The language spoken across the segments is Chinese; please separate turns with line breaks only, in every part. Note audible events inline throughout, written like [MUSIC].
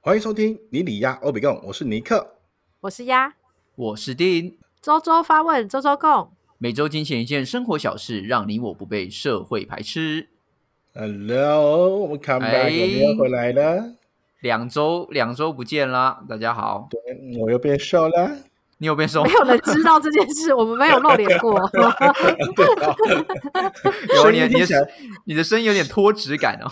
欢迎收听尼里亚欧比贡，我是尼克。
我是鸭，
我是丁，
周周发问，周周共。
每周精选一件生活小事，让你我不被社会排斥。
Hello，我们 come back，、
哎
我们又回来了。
两周两周不见啦，大家好，
嗯我又变瘦了。
你有变瘦
[LAUGHS] 没？有人知道这件事，我们没有露脸
[LAUGHS]
过。 [LAUGHS]
有
声
啊你的
音
你
听起来
的你的声音有点脱脂感哦。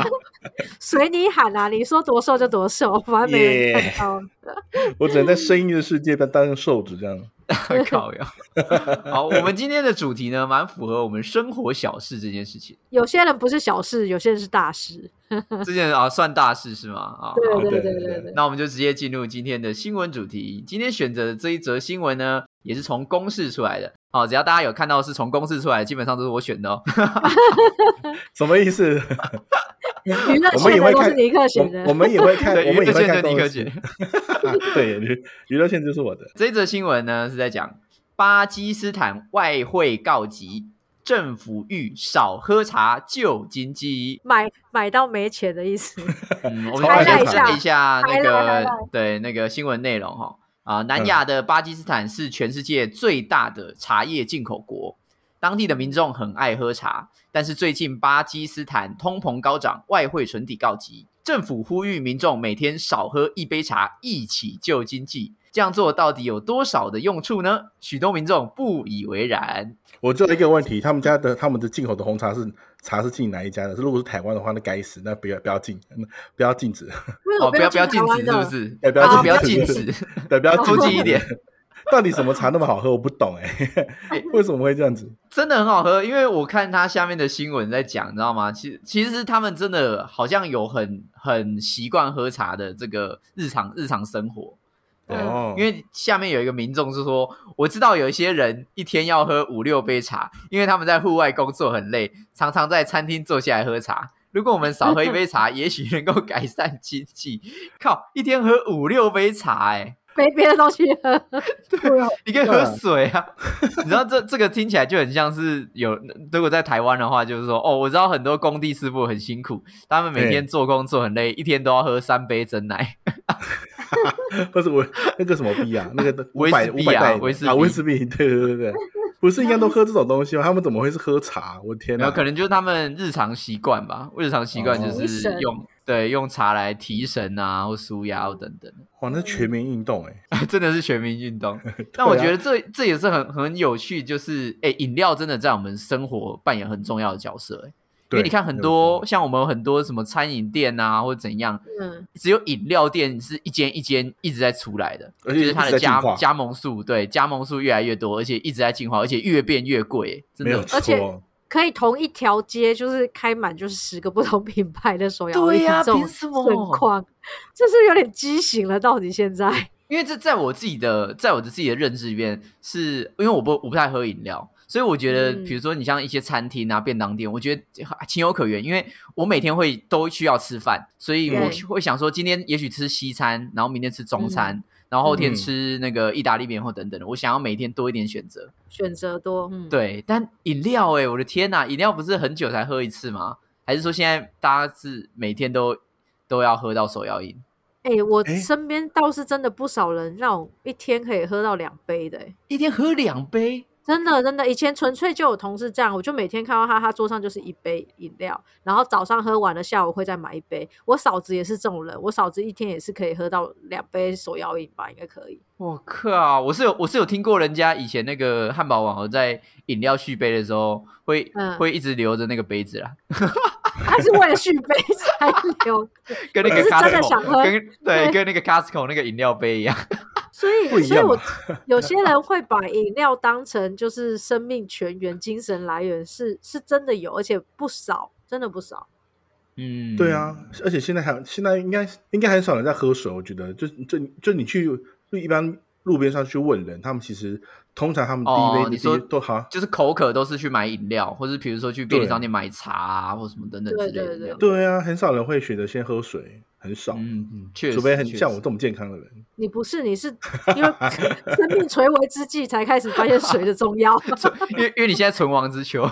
[LAUGHS]
随你喊啊，你说多瘦就多瘦，反正没人看到。
我只能在声音的世界当当瘦子这样。
靠呀！好，我们今天的主题呢，蛮符合我们生活小事这件事情。
有些人不是小事，有些人是大事。
这件啊算大事是吗？啊，
对
好
哦对
对对
对
对
对，
那我们就直接进入今天的新闻主题。今天选择的这一则新闻呢，也是从公示出来的。好，只要大家有看到是从公示出来的，基本上都是我选的哦。
什么意思？
娱乐
我们也
圈
会
的都是
看
尼克选的
我我。们也会看，
对，
我
娱
们也
乐
会
圈
看
的尼克
东
姐
西。。啊对，娱娱乐圈就是我的。
这一则新闻呢是在讲巴基斯坦外汇告急，政府欲少喝茶救经济。
买买到没钱的意思，
嗯，我
Highlight
们先
一下
看一下那
Highlight，
个
highlight
对那个新闻内容哈。啊，南亚的巴基斯坦是全世界最大的茶叶进口国，当地的民众很爱喝茶。但是最近巴基斯坦通膨高涨，外汇存底告急，政府呼吁民众每天少喝一杯茶，一起救经济。这样做到底有多少的用处呢？许多民众不以为然。
我只有一个问题，他们家的他们的进口的红茶是茶是进哪一家的？如果是台湾的话，那该死，那不要不要禁，嗯不要禁止，
为什
哦，
么
不要不
进
要
台
禁止，
湾
是不
的？
是？
对不
要
啊不要禁
禁止
止，
对，不要禁
出
止
击一点。。
[LAUGHS] 到底什么茶那么好喝？我不懂哎、为什么会这样子？
真的很好喝，因为我看他下面的新闻在讲，你知道吗？其实其实他们真的好像有很很习惯喝茶的这个日常日常生活，对
哦，
因为下面有一个民众是说，我知道有一些人一天要喝五六杯茶，因为他们在户外工作很累，常常在餐厅坐下来喝茶。如果我们少喝一杯茶， [LAUGHS] 也许能够改善经济。靠，一天喝五六杯茶、欸，
没别的东西喝，
对啊，
你可以
对
喝
啊
水啊， [LAUGHS] 你知道这这个听起来就很像是有，如果在台湾的话，就是说哦，我知道很多工地师傅很辛苦，他们每天做工作很累，一天都要喝三杯真奶，
[LAUGHS] 不是我那个什么币啊，那个的
威
五百
士
五
忌
百
啊
袋
威士
啊，
忌
威士忌，对对对对，不是应该都喝这种东西吗？他们怎么会是喝茶？我天
然
哪！
后可能就是他们日常习惯吧，日常习
哦
惯就
提神
是用、对用茶来提神啊，或舒压或等等，
哇，那全民运动
[LAUGHS]
哎、 [LAUGHS]
真的是全民运动。
啊
[LAUGHS] 但我觉得这这也是很很有趣，就是哎，饮料真的在我们生活扮演很重要的角色、哎因
对
为你看很多像我们有很多什么餐饮店啊，或者怎样。
[LAUGHS] 嗯，
只有饮料店是一间一间一直在出来的，
而
就
且
是它
一直
的
在进
加
化
加盟数，对加盟数越来越多，而且一直在进化，而且越变越贵，真
没有
的。
而且
错，
可以同一条街就是开满就是十个不同品牌的手摇
对
饮
呀、
这种
凭什
盛
么？
况，这是不是有点畸形了。到底现在，
因为这在我自己的，在我的自己的认知里边，是因为我不我不太喝饮料，所以我觉得，
嗯
比如说你像一些餐厅啊、便当店，我觉得啊情有可原，因为我每天会都需要吃饭，所以我
对
会想说，今天也许吃西餐，然后明天吃中餐，然后后天
嗯
吃那个意大利面或等等的，我想要每天多一点选择。
选择多，嗯，
对，但饮料哎、我的天呐，饮料不是很久才喝一次吗？还是说现在大家是每天都都要喝到手摇饮？
哎、我
诶
身边倒是真的不少人那种一天可以喝到两杯的、欸，
一天喝两杯？
真的真的。以前纯粹就有同事这样，我就每天看到他，他桌上就是一杯饮料，然后早上喝完了，下午会再买一杯。我嫂子也是这种人，我嫂子一天也是可以喝到两杯手摇饮吧，应该可以。
我靠！我是有我是有听过人家以前那个汉堡王在饮料续杯的时候，会、
嗯
会一直留着那个杯子啦，
他是为了续杯才留，
跟那个
是真的
Costco
想喝
跟对
对
跟那个 Costco 那个饮料杯一样。
所
不
以
一
所以
样啊嘛
我有些人会把饮料当成就是生命泉源、精神来源，是是真的有，而且不少，真的不少。
嗯，
[LAUGHS] 对啊，而且现在还现在应该应该很少人在喝水，我觉得就就就你去就一般路边上去问人，他们其实通常他们第
哦
一杯、
你
第一
说
都好。
就是口渴都是去买饮料，或是比如说去便利商店买茶啊，或什么等等之
对
类的
对
这样。
对啊，很少人会选择先喝水，很少，
嗯嗯，确实，
除非很
确
像
实 [LAUGHS]
我这么健康的人。
你不是，你是因为 [LAUGHS] 生命垂危之际才开始发现水的重要。 [LAUGHS]
[LAUGHS] 因为因为你现在存亡之
[LAUGHS]
秋，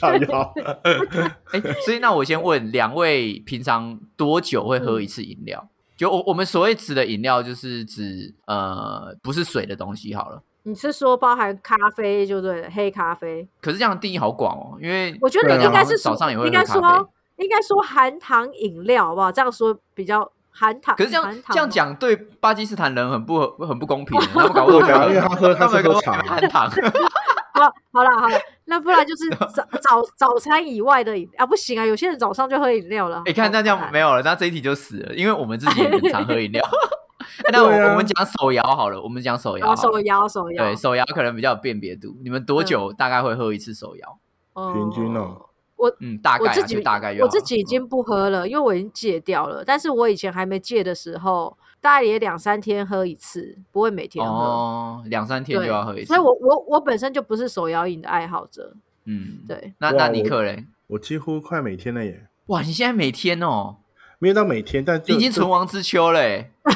靠腰， [LAUGHS]
哎，所以那我先问两位，平常多久会喝一次饮
嗯
料？就我我们所谓指的饮料，就是指呃不是水的东西好了。
你是说包含咖啡就对了，黑咖啡？
可是这样定义好广哦，因为
我觉
对
得
啊
你应该是
早上也会
应该
喝咖啡
说。应该说含糖饮料好不好？这样说比较含糖。
可是这样
含糖
这样
吗，
讲对巴基斯坦人很不合很不公
[LAUGHS]
平，他们搞不懂
对啊因为他喝他是喝茶
含糖， [LAUGHS]
好，好了好了，那不然就是早早早餐以外的饮啊，不行啊，有些人早上就喝饮料了。
你看那这样没有了，那这一题就死了，因为我们自己也很常喝
[LAUGHS]
饮料。那我
对啊哦
我们讲手摇好了，我们讲手摇
有
好
手
了，
摇手摇
对，手
嗯
摇可能比较有辨别度。你们多久大概会喝一次手摇？
哦
平均哦。
嗯，大概
我
啊
自
就
己
大概就
我
好
自
了嗯
己已经不喝了，因为我已经戒掉了。但是我以前还没戒的时候，大概也两三天喝一次，不会每天喝。
哦，两三天
对，
就要喝一次，
所以我我我本身就不是手摇饮的爱好者，
嗯，
对，
那
哇
那尼
我
克嘞？
我几乎快每天了耶，
哇，你现在每天哦，
没有到每天，但
你
就
已经存亡之秋欸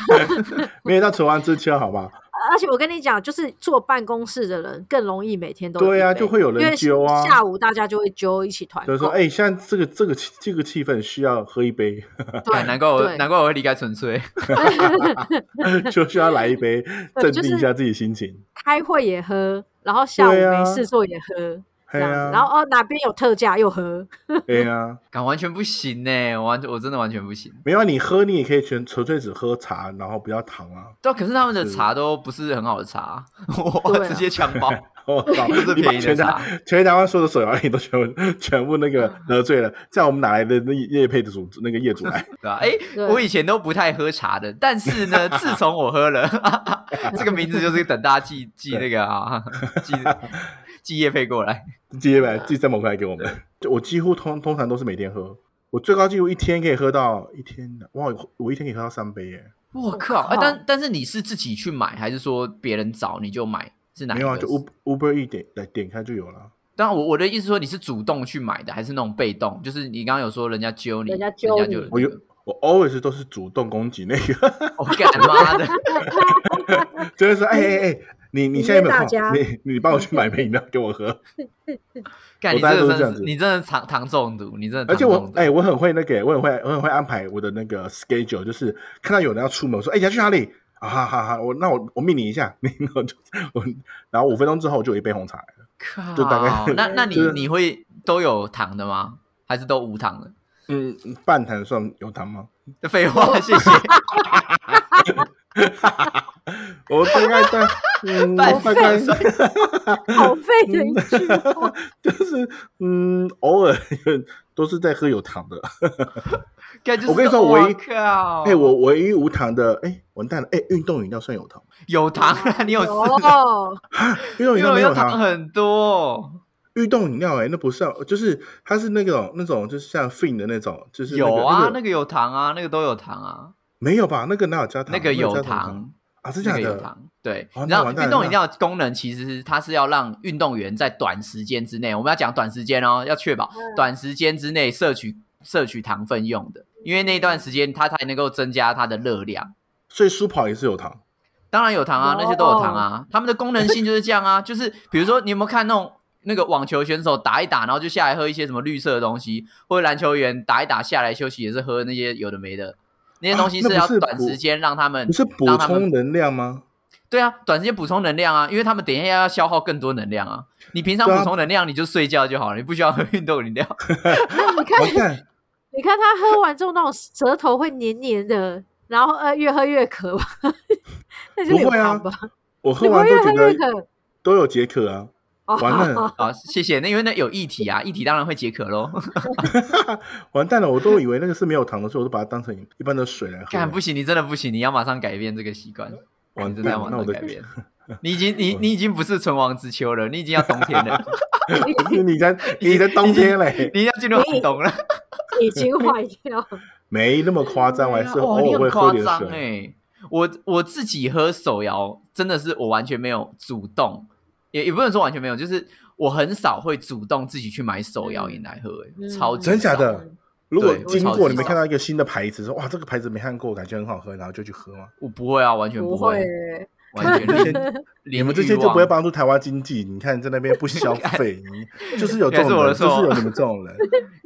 嘞，
没有到存亡之秋，好吧？
而且我跟你讲，就是坐办公室的人更容易每天都
对啊
啊，
就会有人
因为
揪啊
下午大家就会揪一起团
所
购，
以说，哎、现在这个这个气这个气氛需要喝一杯， [LAUGHS]
哎难怪我
对
难怪我会离开纯粹，
就需要来一杯，
[LAUGHS] 对
镇
就
定一
是
下自己心情。
开会也喝，然后下午
对啊
没事做也喝，
哎
这样子，
呀、
然后哦哪边有特价又
[LAUGHS]
喝，
哎呀，
感完全不行呢，我完我真的完全不行。
没有啊你喝，你也可以纯纯粹只喝茶，然后不要糖啊。 [LAUGHS]
对啊，可是他们的
是
茶都不是很好的茶， [LAUGHS] 我
对啊
直接强
[LAUGHS]
暴。
我靠，
[LAUGHS]
是
哦你把
便宜的
啊全
茶
台全台湾所有的手摇饮都全部 [LAUGHS] 全部那个得罪了，这样我们哪来的那业配的主那个业主来？
对吧、啊？哎、
对
我以前都不太喝茶的，但是 [LAUGHS] 呢，自从我喝了这个名字，就是等大家记记那个啊， [LAUGHS] 记记叶配过来。
直接把寄三百块给我们。就我几乎通通常都是每天喝，我最高纪录一天可以喝到一天的，哇，我一天可以喝到三杯耶。
我靠！
靠
啊、但但是你是自己去买，还是说别人找你就买？是哪一
没
个？
有啊，就 Uber Uber 一点来点开就有了。
当然，我我的意思说你是主动去买的，还是那种被动？就是你刚刚有说人家揪你，
人
人
家揪你
就
我有我 always 都是主动攻击那个， [LAUGHS]
我哦干妈的，
就是说，哎哎哎，你你现在有没
你约大
有
家
空？你你帮我去买杯饮料给我喝。
干
我
你
大概
真
都
的
是这
真
样子
是你真的糖糖中毒，你真的糖
而且
中毒。
我哎、我很会那个，我很会，我很会安排我的那个 schedule，就是看到有人要出门，我说哎、你要去哪里？啊哈哈哈，我那我我命你一下，你 [LAUGHS] 我就我，然后五分钟之后我就有一杯红茶来了。
靠，
就大概
那那你
就是
你会都有糖的吗？还是都无糖的？
嗯，半糖算有糖吗？
这废话，谢谢。
我大概在嗯，
半 [LAUGHS]
我大概
好废
嗯
的一句话。
就是嗯，偶尔都是在喝有糖的。
干就是
我跟你说唯一
靠，
哎、我唯一无糖的，哎、完蛋了，哎、运动饮料算有糖吗，
有糖啊，你有事， [LAUGHS]
哦，
运动饮
因
料
为
没
要
有
糖
糖，
很多。
运动饮料哎、那不是、啊，就是它是那种那种就是像 Fin 的那种，就是、那个、
有啊，
那
那
个
个有糖啊，那个都有糖啊，
没有吧？那个哪有加糖？
那个
有
有
加糖
糖，
啊？是
那
假
个有
的？
糖。对，
哦
你知道
那完蛋了
运动饮料的功能其实是它是要让运动员在短时间之内，我们要讲短时间哦，要确保
嗯
短时间之内摄取摄取糖分用的，因为那段时间它才能够增加它的热量。
所以舒跑也是有糖，
当然有糖
哦
啊，那些都有糖啊，他们的功能性就是这样
[LAUGHS]
啊，就是比如说你有没有看那种那个网球选手打一打，然后就下来喝一些什么绿色的东西，或者篮球员打一打下来休息也是喝那些有的没的，那些东西是
啊那
要
不是
短时间让他们
你是补
嗯让他们
充能量
[LAUGHS]
吗？
对啊，短时间补充能量啊，因为他们等一下要消耗更多能量啊。你平常
对啊
补充能量你就睡觉就好了，你不需要喝运动饮料。
你看
完蛋，
你看他喝完之后那种舌头会黏黏的，然后呃越喝越渴吧，那就
不会啊
有糖吧？
我喝
你不
完
会
都
越喝
觉
越
得
渴？
都有解渴啊，
哦
完了
好，谢谢。那因为那有液体啊，液体当然会解渴喽。
完蛋了，我都以为那个是没有糖的，所以我都把它当成一般的水来喝
干。不行，你真的不行，你要马上改变这个习惯。
完
你真的
蛋
要
了，
马
哦那
上
我的
改
[LAUGHS]
变。你已经你你已经不是存亡之秋了，你已经要冬天
[LAUGHS]
了，
你在你在冬天嘞，
你要进入寒冬了。
[LAUGHS] 已经坏掉。
没那么 [LAUGHS] 夸张，我还是偶
啊哇，哦你
尔
很
会喝
夸
点
张
水。
哎！我我自己喝手摇真的是我完全没有主动，也也不能说完全没有，就是我很少会主动自己去买手摇饮来喝、欸，
嗯
超级
真假
少
的？如果
对
经
我
过
超
你
级
们
少
看到一个新的牌子，说哇这个牌子没看过，感觉很好喝，然后就去喝吗？
我不会啊，完全
不
会，
会，
完
[LAUGHS]
全
这些
零
你们这些
欲
就不
望
会帮助台湾经济。你看在那边
[LAUGHS]
不消费，你就是有这
原来是
种
我的
人，就
错
是有你们这
[LAUGHS]
种人。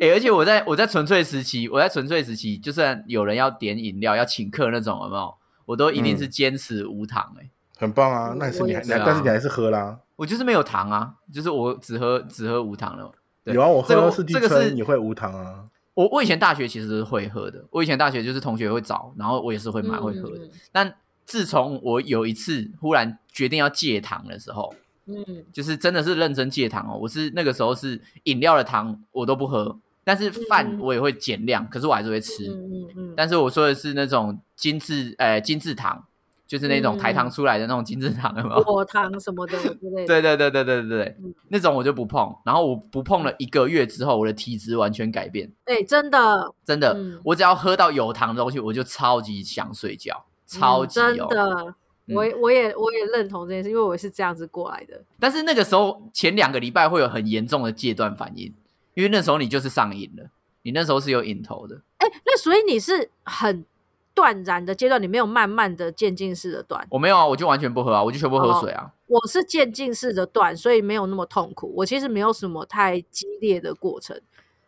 哎、而且我在我在纯粹时期，我在纯粹时期，就算有人要点饮料要请客那种，有没有？我都一定
嗯
是坚持无糖、欸。
很棒啊，那也是你还，
也
我
是啊
但是你还是喝啦。
我就是没有糖啊，就是我只喝只喝无糖的。对
有啊，我
这个
喝
我
四季
这个是
春也会无糖啊。
我我以前大学其实是会喝的，我以前大学就是同学会找，然后我也是会买会喝的。
嗯
但自从我有一次忽然决定要戒糖的时候，
嗯嗯
就是真的是认真戒糖哦。我是那个时候是饮料的糖我都不喝，但是饭
嗯
我也会减量，可是我还是会吃。
嗯嗯嗯，
但是我说的是那种精致，呃，精致糖，就是那
嗯
种台糖出来的那种精致糖，有没有？
果糖什么的之类
[LAUGHS]
的，
对对对对对对对
嗯，
那种我就不碰。然后我不碰了一个月之后，我的体质完全改变，
哎，真的，
真的
嗯，
我只要喝到有糖的东西，我就超级想睡觉，超级
嗯真
哦。
的。我也我也我也认同这件事，因为我也是这样子过来的。
但是那个时候前两个礼拜会有很严重的戒断反应，因为那时候你就是上瘾了，你那时候是有瘾头的。
哎，那所以你是很断然的阶段，你没有慢慢的渐进式的断。
我没有啊，我就完全不喝啊，我就全部喝水啊。
我是渐进式的断，所以没有那么痛苦。我其实没有什么太激烈的过程。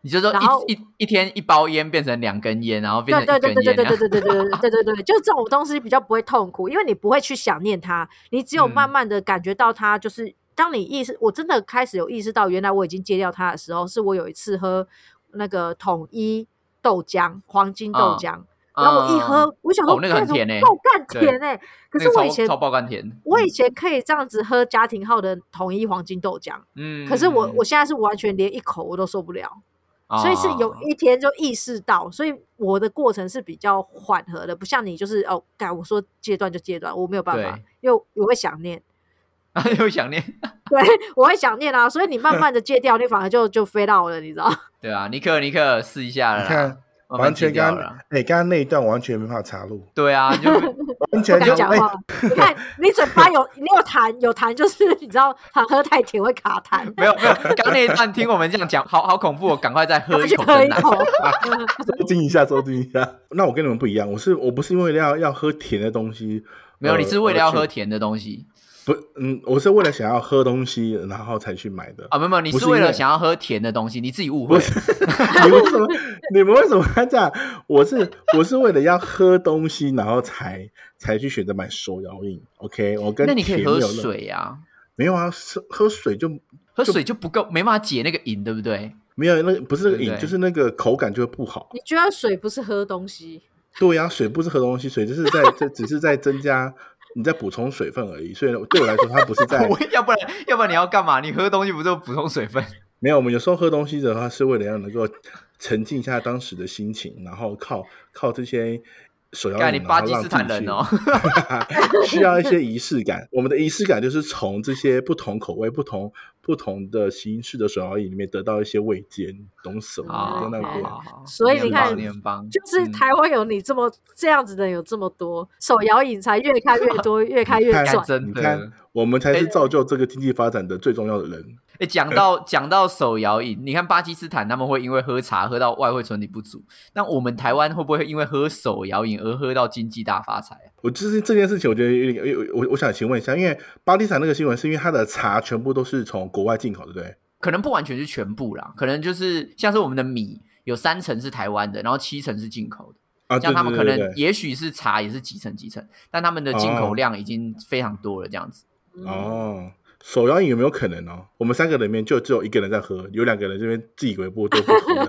你就说
然后
一一一天一包烟变成两根烟，然后变成
对对
一
对
根
对
烟啊
对
这样
对对。对对对对对对对，就这种东西比较不会痛苦，因为你不会去想念它，你只有
嗯
慢慢的感觉到它，就是当你意识，我真的开始有意识到，原来我已经戒掉它的时候，是我有一次喝那个统一豆浆，黄金豆
啊
浆，然后我一喝，我想说，
哦那个很
干
甜欸
够干
对
甜哎、可
那
是
个
我以
超
前
超爆甘嗯甜，
我以前可以这样子喝家庭号的统一黄金豆浆，
嗯，
可是我我现在是完全连一口我都受不了，所以是有
啊
一天就意识到，所以我的过程是比较缓和的，不像你就是哦，干我说戒断就戒断，我没有办法
对，
因为我会想念， [LAUGHS]
哦 [LAUGHS] 又想念，
对我会想念啊，所以你慢慢的戒掉，你反而就就飞到了，你知道？
对啊，尼克尼克试一下
你
了啦，
看，
慢慢
完全
戒掉
刚
了啦，
哎，刚刚那一段完全没办法插入，
对啊，就
完
不
全
敢
就
讲
哎，
话，你看你嘴巴有你有痰，有痰就是你知道糖喝太甜会卡痰，
没有没有，刚刚那一段听我们这样讲，好好恐怖，哦，赶快再 [LAUGHS] 喝一
去 [LAUGHS]
口
喝
真
一
奶，
口，
收听一下，收听一下。那我跟你们不一样，我是我不是因为要要喝甜的东西，
没有，
呃
你是为了要喝
而去
甜的东西
不？嗯，我是为了想要喝东西，然后才去买
[LAUGHS]
的。
啊，没有没有，你
不是
是为
因
了
为
想要喝甜的东西，你自己误会
不
了，
你们为什么？你们为什么要这样？我是我是为了要喝东西，然后才才去选择买手摇饮。OK，我跟
那你可以
甜没
喝
有任何
水啊，
没有啊，是喝水就
喝水就不够，没办法解那个瘾，对不对？ [LAUGHS]
没有那个不是那个
对不
饮，
对
就是那个口感就会不好。
你居然水不是喝东西。
对呀、水不是喝东西，水就是在这只是在增加你在补充水分而已。所以对我来说，它不是
[LAUGHS]
在
我要不然要不然你要干嘛？你喝东西不就补充水
[LAUGHS]
分？
没有。我们有时候喝东西的话，是为了要能够沉浸一下当时的心情，然后靠靠这些手摇
看你
饮，
巴
然后
基
让
斯
自己
坦人
去
哦，
需要一些仪式感。我们的仪式感就是从这些不同口味、不同不同的形式的手摇饮里面得到一些慰藉，你懂什么？
好
你在
好
那边
好好，
所以你
很棒
看
你很棒，
就是
嗯
台湾有你这么这样子的人有这么多，手摇饮才越开越多，越
[LAUGHS]
开越
看
干
赚。
真
你
的
看。，我们才是
哎
造就这个经济发展的最重要的人。
哎，讲到讲到手摇饮，你看巴基斯坦他们会因为喝茶喝到外汇存底不足，那我们台湾会不会因为喝手摇饮而喝到经济大发财啊？
我就是这件事情，我觉得有点，我我我想请问一下，因为巴基斯坦那个新闻是因为它的茶全部都是从国外进口，对不对？
可能不完全是全部啦，可能就是像是我们的米有三成是台湾的，然后七成是进口的，
啊，
像
对
他们
对
可
对
能
对。
也许是茶也是几成几成，但他们的进
哦
口量已经非常多了，这样子。
嗯，
哦，手摇饮有没有可能哦？我们三个人里面就只有一个人在喝，有两个人这边自以为不都不喝，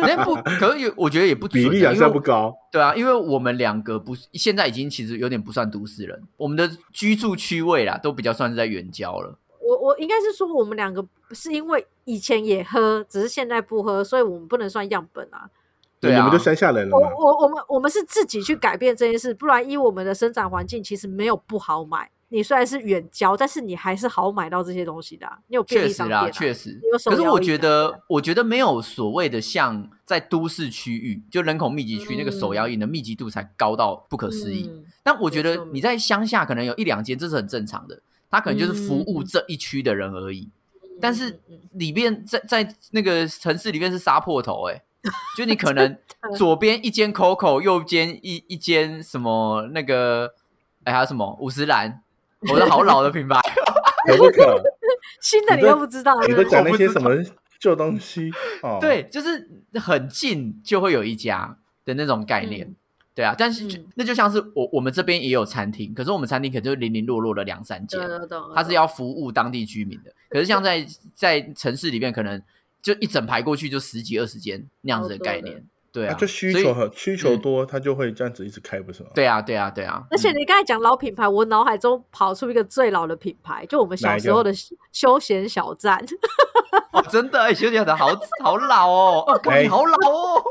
那不，可是也我觉得也不准
[LAUGHS] 比
啊，
例还
因
是
为
不高。
对啊，因为我们两个不是现在已经其实有点不算都市人，我们的居住区位啦都比较算是在远郊了。
我我应该是说我们两个是因为以前也喝，只是现在不喝，所以我们不能算样本啊。
对
你
啊
们就乡下人了
我
嘛。
我我们我们是自己去改变这件事，不然依我们的生长环境，其实没有不好买。你虽然是远郊，但是你还是好买到这些东西的啊、你有便
确
利
实
商店、
啦，
啊，
确实
有。手
可是
摇
我
椅
觉
啊
得，我觉得没有所谓的像在都市区域，就人口密集区那个手摇饮的密集度才高到不可思议。
嗯
但我觉
没
得
错
你在乡下可能有一两间，这是很正常的，它可能就是服务
嗯
这一区的人而已。但是
嗯嗯嗯
[LAUGHS] 里面在在那个城市里面是杀破头、欸，哎，就你可能左边一间 Coco，右边一一间什么那个，哎还有什么五十岚，我的好老的品牌，
可不可？
新的你都不知道，
你
对
都
不
讲
对
那些什么旧东西
[LAUGHS]
哦？，
对，啊就是很近就会有一家的那种概念，
嗯
对啊。但是就、
嗯
那就像是我我们这边也有餐厅，可是我们餐厅可能就零零落落的两三间，
对对对，
它是要服务当地居民的。可是像在在城市里面，可能就一整排过去就十几二十间那样子的
超多
概
的
念，对
啊
啊，
就需
所以
求很需求
嗯
多，他就会这样子一直开，不是吗？
对啊，对啊，对啊。
而且
嗯
你刚才讲老品牌，我脑海中跑出一个最老的品牌，就我们
哪
小
一
时
个
候的休休闲小站，
哦，真的，哎，学姐的好好老哦，哦，靠
哎
你好老哦，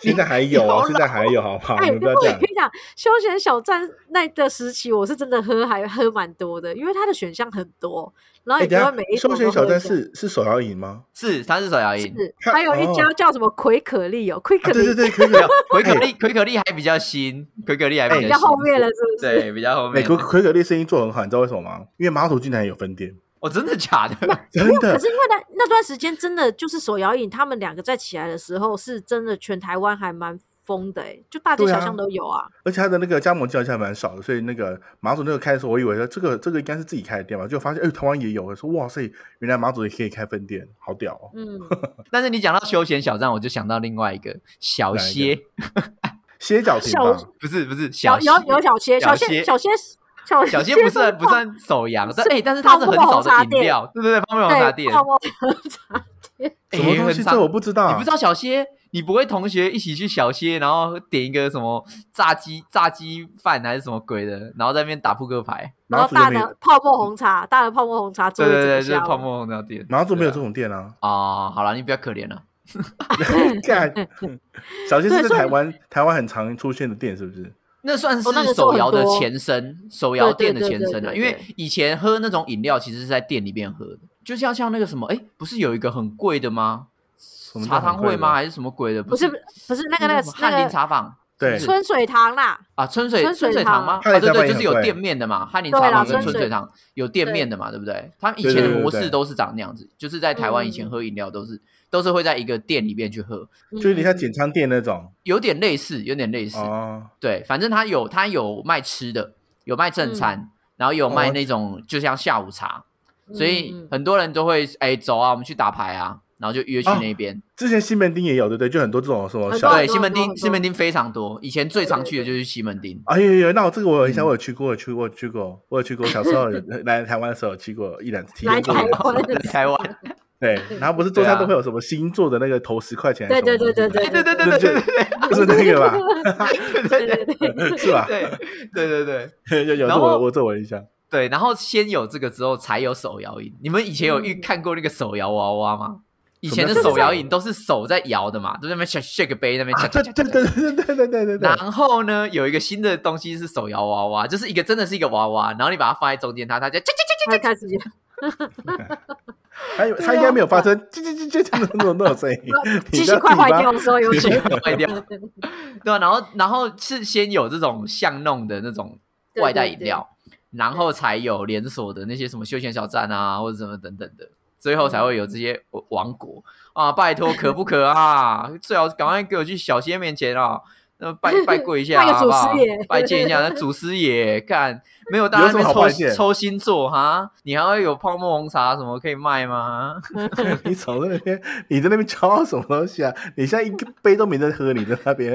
现在还有
你好
哦，
老
现在还有，好不好？
[LAUGHS] 哎，
你们
不
不要
过我
这
跟
样。
你讲，休闲小站那个时期，我是真的喝还喝蛮多的，因为它的选项很多，然后
哎，
你就
等一
会
下
啊每一，
休
种都
闲小
喝一
站
下
是是手摇饮吗？
是，他是手摇饮，
是，
它
还有一家
哦
叫什么奎可丽哦，奎可
啊，
丽
对对对，可以 [LAUGHS] 可以
没有奎
哎
可丽，奎可丽还比较新，奎可丽还
哎比
比较
较
新
后，面了，是不是？
对，比较后
美
面
国。哎可可丽生意做很好，你知道为什么吗？因为马祖竟然有分店，
哦，真的假的？ [LAUGHS]
真
可
的
是因为那那段时间真的就是手摇饮，他们两个在起来的时候，是真的全台湾还蛮疯的、欸，就大街
对啊
小巷都有啊。
而且它的那个加盟店好像蛮少的，所以那个马祖那个开的时候，我以为说这个这个应该是自己开的店吧，就发现哎、台湾也有，我说哇塞，原来马祖也可以开分店，好屌哦！
嗯，
但是你讲到休闲小站，我就想到另外一个小
哪一
歇，
歇脚亭吧，
小
不是不是小
有有
歇
有小切，
小切
小切，小切，小
小
切
歇不算不算手摇，但哎，但是它是很早的饮料，对对对，泡沫红茶
对，
店，
泡沫红茶店，
哎
什么东西
很常
这我不知
啊
道，啊
你不知道小歇，你不会同学一起去小歇，然后点一个什么炸鸡炸鸡饭还是什么鬼的，然后在那边打扑克牌。
然
马
后
祖就
大
没
的泡沫红茶，大的泡沫红茶做
对
一
对对，
整
就是
箱
泡沫红茶店。
马祖没有这种店
[LAUGHS]
啊， [LAUGHS]
啊、好了，你比较可怜了。
干，小歇是
对
在
所以
台湾台湾很常出现的店是不是？
那算是
哦那个时候
手摇的
很多
前身，手摇店的前身啊。
对对对对对
因为以前喝那种饮料，其实是在店里面喝的，就像像那个什么，哎，不是有一个很贵的吗？
么叫
茶
很
汤会
贵的
吗？还是什么鬼的？
不是不是那个那
什
个
么
那
翰林
个
茶坊，
对
是
春水堂啦，
啊，春水
春水
水
堂
堂吗？
翰林
啊，对
茶坊
对，就
也
是
很
有
贵
店面的嘛，翰林
对
茶
啦
坊跟
春
春
水
水堂有店面的嘛，对不对？他们以
对
前
对
的
对
模
对
式都是长那样子，就是在台湾以前
嗯
喝饮料都是都是会在一个店里面去喝，
就有点像
嗯
简餐店那种
有点类似，有点类似，
哦。
对，反正他有他有卖吃的，有卖正餐，然后有卖那种就像下午茶，所以
嗯嗯
很多人都会哎走啊，我们去打牌啊，然后就约去
哦
那边。
之前西门町也有，对不对？就很多这种什么
很
小
多
对，
很
西门
很多
町
很
西门
多
町非常多，以前最常去的
对对
就是西门町。
啊，有有有，那我这个我有印象，
嗯
我有去过，我有去过，我有去过，我有去过。小时候有来台湾的时候有去过一两次，体
来
验过
台
一两次。
湾
在台湾，
对，然后不是桌
对
上
啊
都会有什么星座的那个投十块钱还
对
是什么
对
东
对
西的，
对对
哎对对对
对
对
对
对对
就是那个吧，
吧？
对对
对
对
对对，
是吧？
对对对对
有有，
然
这
后
我我这我印象。
对，然后先有这个之后才有手摇饮。你们以前有遇
嗯
看过那个手摇娃娃吗？以前的
什么叫
手摇饮都是手在摇的嘛，就在那边 shake shake 杯那边
啊，
恰恰
对
恰
对
恰
对对对对对对对，
然后呢，有一个新的东西是手摇娃娃，就是一个真的是一个娃娃，然后你把它放在中间，它它就
他开始
还有他应该没有发生，叽叽叽叽那种那种那种声音，你
机
知
器
道
快
自己
坏
吧
掉的时候有
自
觉
己
得
吧
坏掉，对、啊、然后然后是先有这种巷弄的那种
对
外带
对
饮料，然后才有连锁的那些什么休闲小站啊，或者什么等等的，最后才会有这些王国啊！拜托，可不可啊？最好赶快给我去小仙面前啊！那拜拜跪一下、
拜个
啊，好
祖
不
师
好
爷？
拜见一下那祖师爷，看没有大家在那
有
边
什么好
抽
拜见
抽星座哈？你还会有泡沫红茶什么可以卖吗？
你走在那边，你在那边骄傲什么东西啊？你现在一个杯都没在喝，你在那边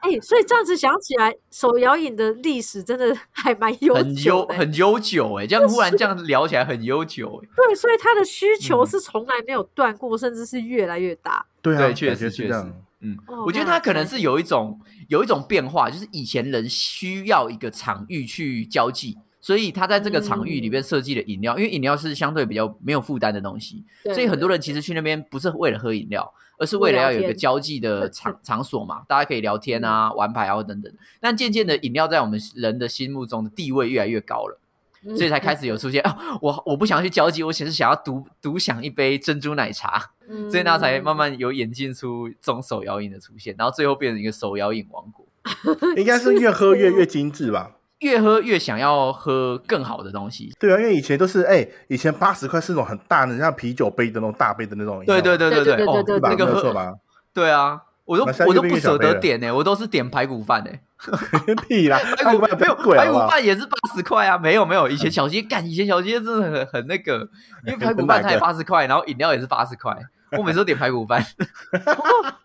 哎、所以这样子想起来，手摇饮的历史真的还蛮悠
很悠
久的、
很悠久哎、这样忽然这样聊起来很悠久哎、
对，所以它的需求
嗯
是从来没有断过，甚至是越来越大。
对啊，
对，确
感觉
实
是
确
这
实
样。，
嗯，
哦
我觉得
那
它可能
还
是有一种有一种变化，就是以前人需要一个场域去交际，所以他在这个场
嗯
域里边设计的饮料，因为饮料是相对比较没有负担的东西，
对
所以很多
对
人其实去那边不是为了喝饮料，而是为了要有一个交际的场场所嘛，大家可以聊天啊、
嗯
玩牌啊等等。但渐渐的，饮料在我们人的心目中的地位越来越高了，
嗯
所以才开始有出现啊，我我不想去交际，我只是想要独独享一杯珍珠奶茶。
嗯
所以那才慢慢有演进出这种手摇饮的出现，然后最后变成一个手摇饮王国，
应该是越喝越越精致吧？
越喝越想要喝更好的东西。
对啊，因为以前都是哎、以前八十块是那种很大的，像啤酒杯的那种大杯的那种饮
对
料嘛。
对对对
对对对
哦，
对
是吧，
那个
没有错
喝
吧？
对啊，我都
那下一
我
个
都
变
不
给小
舍
飞
得
了
点呢、我都是点排骨饭呢、[LAUGHS]
屁啦，
排骨
饭
哎没有
贵
排骨
好不好？嗯
饭也是八十块啊，没有没有，以前小街干，以前小街真的很很那个，因为排骨饭
很哪个
它也八十块，然后饮料也是八十块，我每次都点排骨饭。 [LAUGHS]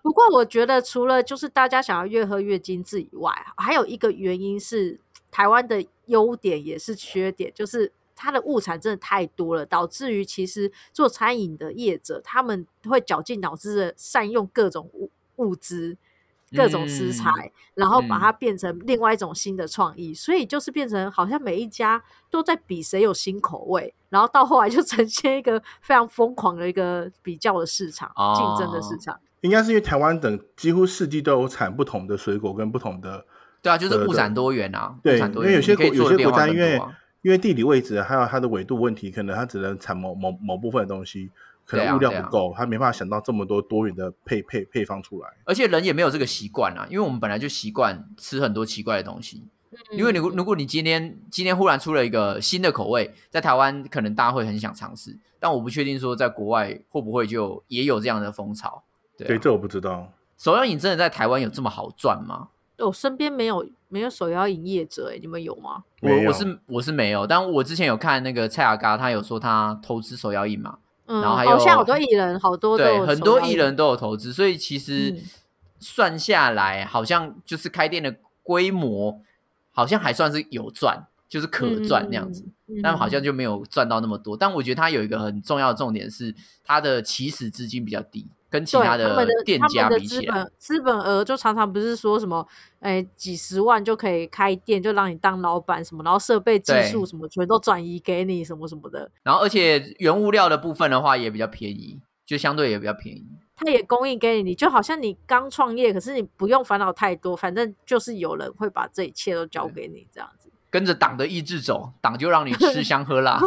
不过我觉得，除了就是大家想要越喝越精致以外，还有一个原因是台湾的优点也是缺点，就是它的物产真的太多了，导致于其实做餐饮的业者他们会绞尽脑汁的善用各种物物资。各种食材，
嗯
然后把它变成另外一种新的创意，所以就是变成好像每一家都在比谁有新口味，然后到后来就呈现一个非常疯狂的一个比较的市场，竞争的市
哦
场。
应该是因为台湾等几乎四季都有产不同的水果跟不同的，
对啊，就是
对
物产多元啊，
对
物产多
因为
元，
有些
你可以
国
做
有
的
些
变
国
化
家
更
因为
多啊。
因为地理位置还有它的纬度问题，可能它只能产某某某部分的东西，可
对啊
能物料
对啊
不够，它没办法想到这么多多元的配配配方出来。
而且人也没有这个习惯啊，因为我们本来就习惯吃很多奇怪的东西。
嗯
因为你如如果你今天今天忽然出了一个新的口味，在台湾可能大家会很想尝试，但我不确定说在国外会不会就也有这样的风潮。对啊、
对，这我不知道。
手摇饮真的在台湾有这么好赚吗？
我哦身边没有没有手摇营业者、欸，你们有吗？
没
我
有
我是我是没有，但我之前有看那个蔡雅嘎，他有说他投资手摇饮嘛，
嗯，
然后还有
好像好多艺人，好多都
对，
有
很
手
多
摇
艺
饮
人都有投资，所以其实
嗯
算下来，好像就是开店的规模，好像还算是有赚，就是可赚那样子，，
嗯嗯嗯
但好像就没有赚到那么多。但我觉得它有一个很重要的重点是，它的起始资金比较低，跟其
对
他
他
的
们的
店
他们
家
的
比
资
起来，
本资本额就常常不是说什么，哎、几十万就可以开店，就让你当老板什么，然后设备技
对
术什么全都转移给你什么什么的，
然后而且原物料的部分的话也比较便宜，就相对也比较便宜。
他也供应给你，你就好像你刚创业，可是你不用烦恼太多，反正就是有人会把这一切都交给你这样子，
跟着党的意志走，党就让你吃香喝
[LAUGHS]
辣。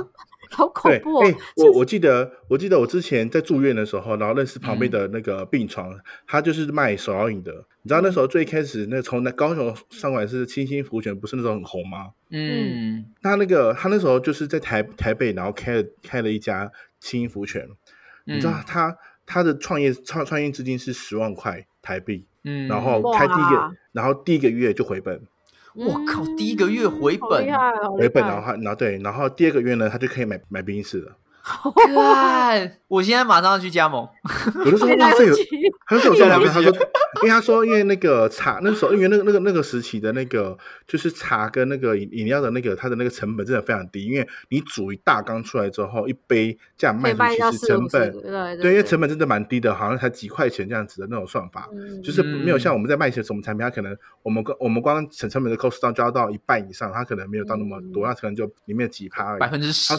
好恐
对，
怖、哦
哎，我我记得，我记得我之前在住院的时候，然后认识
嗯
旁边的那个病床，他就是卖手摇饮的。你知道那
嗯
时候最开始那从那高雄上来是清新福泉，不是那时候很红吗？
嗯，
他那个他那时候就是在台台北，然后开了开了一家清新福泉。你
嗯
知道他他的创业创创业资金是十万块台币，
嗯，嗯
然后开第一个
哇，
然后第一个月就回本，
我哎靠
嗯
第一个月回
好
本
厉害哦好厉
回本，哦
害
然后他然后对，然后第二个月呢，他就可以买买冰室了。
干我现在马上要去加盟。
有
[LAUGHS]
的时候
啊
哇塞，有他是有这样
对
他
来
说
不，
因为他说，因为那个茶，那时候因为那个那个那个时期的那个，就是茶跟那个饮饮料的那个，它的那个成本真的非常低，因为你煮一大缸出来之后，一杯这样
可以
卖出
卖到
去，其
四
实
五
成
十，
本
对对
对，因为成本真的蛮低的，好像才几块钱这样子的那种算法，
嗯
就是没有
嗯
像我们在卖一些什么产品，它可能我们光我们光成成本的 cost down 就要到一半以上，它可能没有到那么多，
嗯
它可能就里面几趴而已
百。分之十，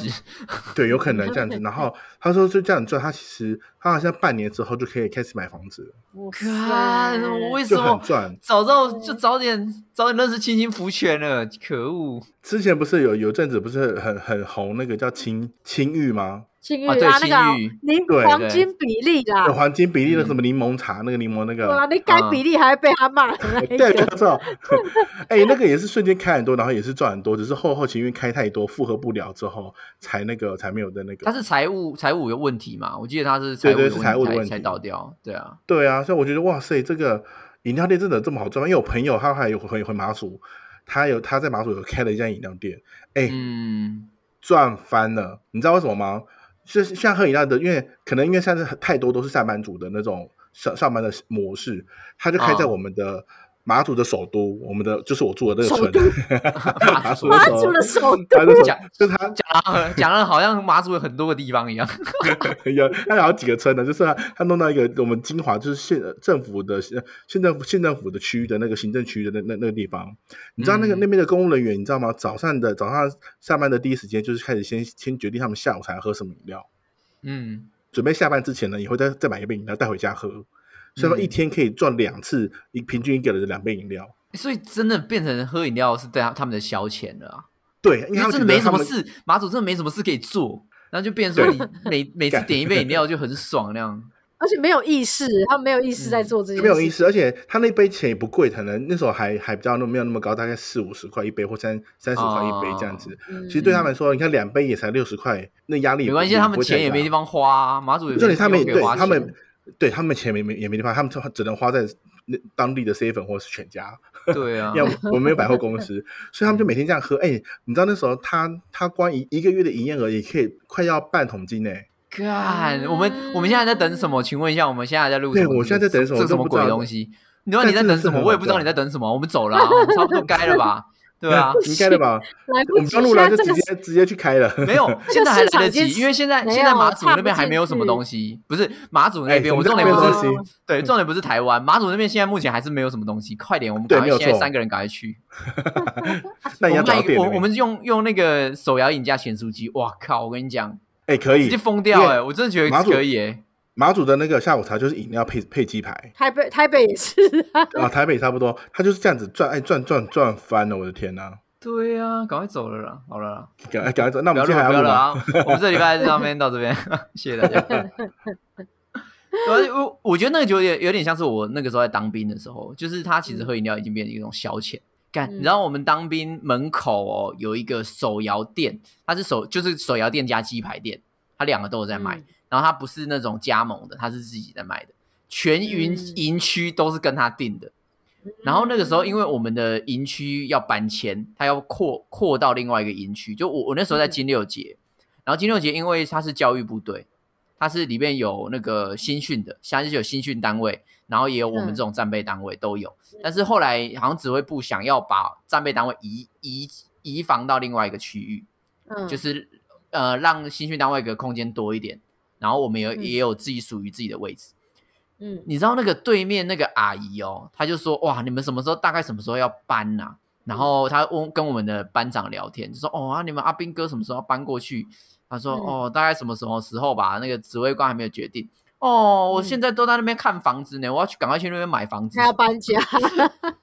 对，有可能这样子。然后他说就这样做，他其实他好像半年之后就可以开始买房子了，
哇塞
看我为什
就很
么
赚。
早知道就早点早点认识清新福泉了，可恶！
之前不是有有阵子不是很很红那个叫青青玉吗？
青玉
啊对
啊，那个啊
青玉
你
对
黄
对
金比例
有
啦，
黄金比例的什么柠檬茶，那个柠檬那
对啊，
个，
你改比例还被他骂的那一
对，没
个，
错。 [LAUGHS] 哎，那个也是瞬间开很多，然后也是赚很多，只是后后期因为开太多，复合不了之后，才那个才没有的那
他
啊
个。
是财务财务有问题嘛？我记得他是财务
对
有
对是财务的
问
问
题
题
才才倒掉，对啊，
对啊，所以我觉得哇塞，这个饮料店真的这么好赚吗？因为我朋友他还有回回马祖，他有他在马祖有开了一家饮料店，哎， [LAUGHS]
嗯，
赚翻了。你知道为什么吗？就是像喝饮料的，因为可能因为现在太多都是上班族的那种上上班的模式，他就开在
啊
我们的马祖的首都，我们的就是我住的那个
首
村，
都
马祖
妈
的
祖
首都。他
的首
就
讲
就是他
讲了讲了，好像马祖有很多个地方一样， [LAUGHS]
有他有好几个村的，就是他他弄到一个我们金华就是县政府的县政府县政府的区域的那个行政区的那那那个地方，你知道那个
嗯
那边的公务人员你知道吗？早上的早上上班的第一时间就是开始先先决定他们下午才喝什么饮料，
嗯，
准备下班之前呢，也会再再买一杯饮料带回家喝，所以
嗯
说一天可以赚两次，一平均一个人的两杯饮料。
所以真的变成喝饮料是对他他们的消遣了啊。
对，
因
因为他
为
们
真的
觉
没
得
什
他
么
们，
事，马祖真的没什么事可以做，然后就变成说
对
你每每次点一杯饮料就很爽那样。
而且没有意识，他没有意识在做这件事，
没有意思，而且他那杯钱也不贵，可能那时候还还比较那没有那么高，大概四五十块一杯或三三十块一杯这样
哦
子。
嗯。
其实对他们来说，你看两杯也才六十块，那压力也
没
不
关系，
也
他
不
们
会
钱
太
也没
大
地方花啊、马祖也
重点他们
没地
对
方给花
他
钱
们，对他们钱没没也没地方，他们只只能花在那当地的 C 粉或是全家，
对啊，
要不我们没有百货公司，所以他们就每天这样喝。哎、你知道那时候他他光一一个月的营业额也可以快要半桶金呢、
干，我们我们现在在等什么？请问一下，我们现在在录什
对
么？
我现在在等什么
这这什
都
么
不知道
鬼东西？你说你在
但
等
是
什么？
是
我也不知道
很
你在等什么。我们走了啊，我们差不多该了吧？对
[LAUGHS]
啊，
应该的吧？
嗯来
我
不
们不
及，
要录
现
了，
在
就
啊这
直
个
接直接去开了。
没有，现在还来得及，
市场已经
因为现在
没有
现在马祖那边
看不进去
还没有什么东西，不是马祖那
哎，
边，我
们
重点
没有
不
东
是
西
哦
对，重点不是台湾，马祖那边现在目前还是没有什么东西。快点，我们
对
赶快
没有
现在
错
三个人赶快去。
那
我
你要
们
找
还
到店
我
名
我们用用那个手摇饮加咸酥鸡，哇靠！我跟你讲，
哎、可
直接
以，
疯掉
因为
哎！我真的觉
马
得
祖
可以哎。
马祖的那个下午茶就是饮料配配鸡
[LAUGHS]
排
台北台北也是啊，
啊，台北差不多，他就是这样子转，哎转转转翻了，我的天呐、
对啊，赶快走了啦，好了啦。
赶哎赶快走，那我
不
们
要录
接
了，不要
下来要录
录了
吗？
啊！我们这礼拜上面到这边， [LAUGHS] 谢谢大家。对啊我我觉得那个就有点有点像是我那个时候在当兵的时候，就是他其实喝饮料已经变成一种消遣。干，
嗯
你知道我们当兵门口哦有一个手摇店，它是手就是手摇店加鸡排店，它两个都有在卖。
嗯
然后它不是那种加盟的，它是自己在卖的，全营
嗯
营区都是跟他定的。然后那个时候，因为我们的营区要搬迁，它要扩扩到另外一个营区。就我我那时候在
嗯
金六节，然后金六节因为它是教育部队，它是里面有那个新训的，它是有新训单位，然后也有我
嗯
们这种战备单位都有。但是后来好像指挥部想要把战备单位移移移防到另外一个区域，
嗯
就是呃让新训单位的空间多一点，然后我们有、
嗯
也有自己属于自己的位置。
嗯
你知道那个对面那个阿姨哦，她就说哇，你们什么时候大概什么时候要搬呐、然后她问跟我们的班长聊天，就说哦啊，你们阿兵哥什么时候要搬过去？她说、
嗯
哦，大概什么什么时候吧，那个指挥官还没有决定。哦，我
嗯
现在都在那边看房子呢，我要去赶快去那边买房子
他。要搬家，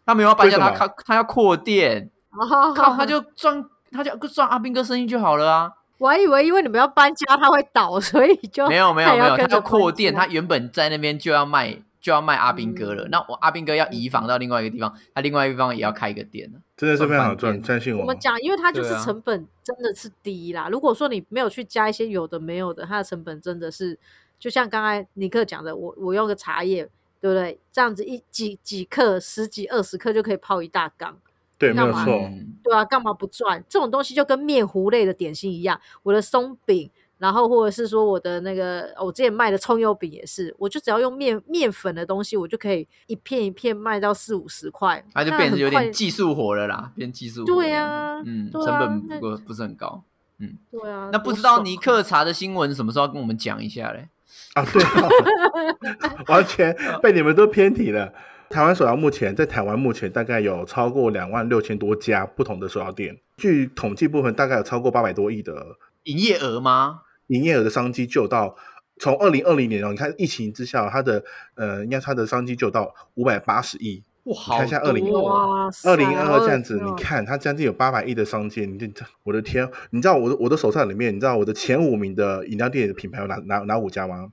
他没有要搬家，
为什
他
么
他他要扩
[LAUGHS]
店，靠，
靠
他就赚他就赚阿兵哥生意就好了啊。
我还以为因为你们要搬家，它会倒，所以 [LAUGHS] 就
没有没有
他也
没有，
要
他
跟着
要扩
搬
店，
家
他原本在那边就要卖就要卖阿兵哥了，
嗯
那我阿兵哥要移防到另外一个地方，他另外一个地方也要开一个店了。
真的是非常好
转
赚，
饭店
相信
我
我
们。讲，因为它就
对
是
啊
成本真的是低啦。如果说你没有去加一些有的没有的，它的成本真的是，就像刚才尼克讲的，我我用个茶叶，对不对？这样子一几几克、十几二十克就可以泡一大缸，
对，没有
干嘛
错。
嗯，
对啊，干嘛不赚？这种东西就跟面糊类的点心一样，我的松饼。然后，或者是说我的那个，哦我之前卖的葱油饼也是，我就只要用面面粉的东西，我就可以一片一片卖到四五十块，
他就
那
变
很
成有
快
点技术活了啦，变技术活
对
了
啊
嗯，
对啊
成本
那
不过不是很高。
对啊。
那
多
不知道
爽
尼
啊
克查的新闻什么时候要跟我们讲一下嘞？
啊，对啊，完全被你们都偏题了。台湾手摇目前在台湾目前大概有超过两万六千多家不同的手摇店，据统计部分大概有超过八百多亿的
营业额吗？
营业额的商机就有到。从二零二零年哦，你看疫情之下，它的呃，应该它的商机就有到五百八十亿。
哇，
你
好
看一下20
多哦
哇塞，
二零二二这样子，
22
你看它将近有八百亿的商机，你这这我的天！你知道我的我的手上里面，你知道我的前五名的饮料店的品牌有哪哪哪五家吗？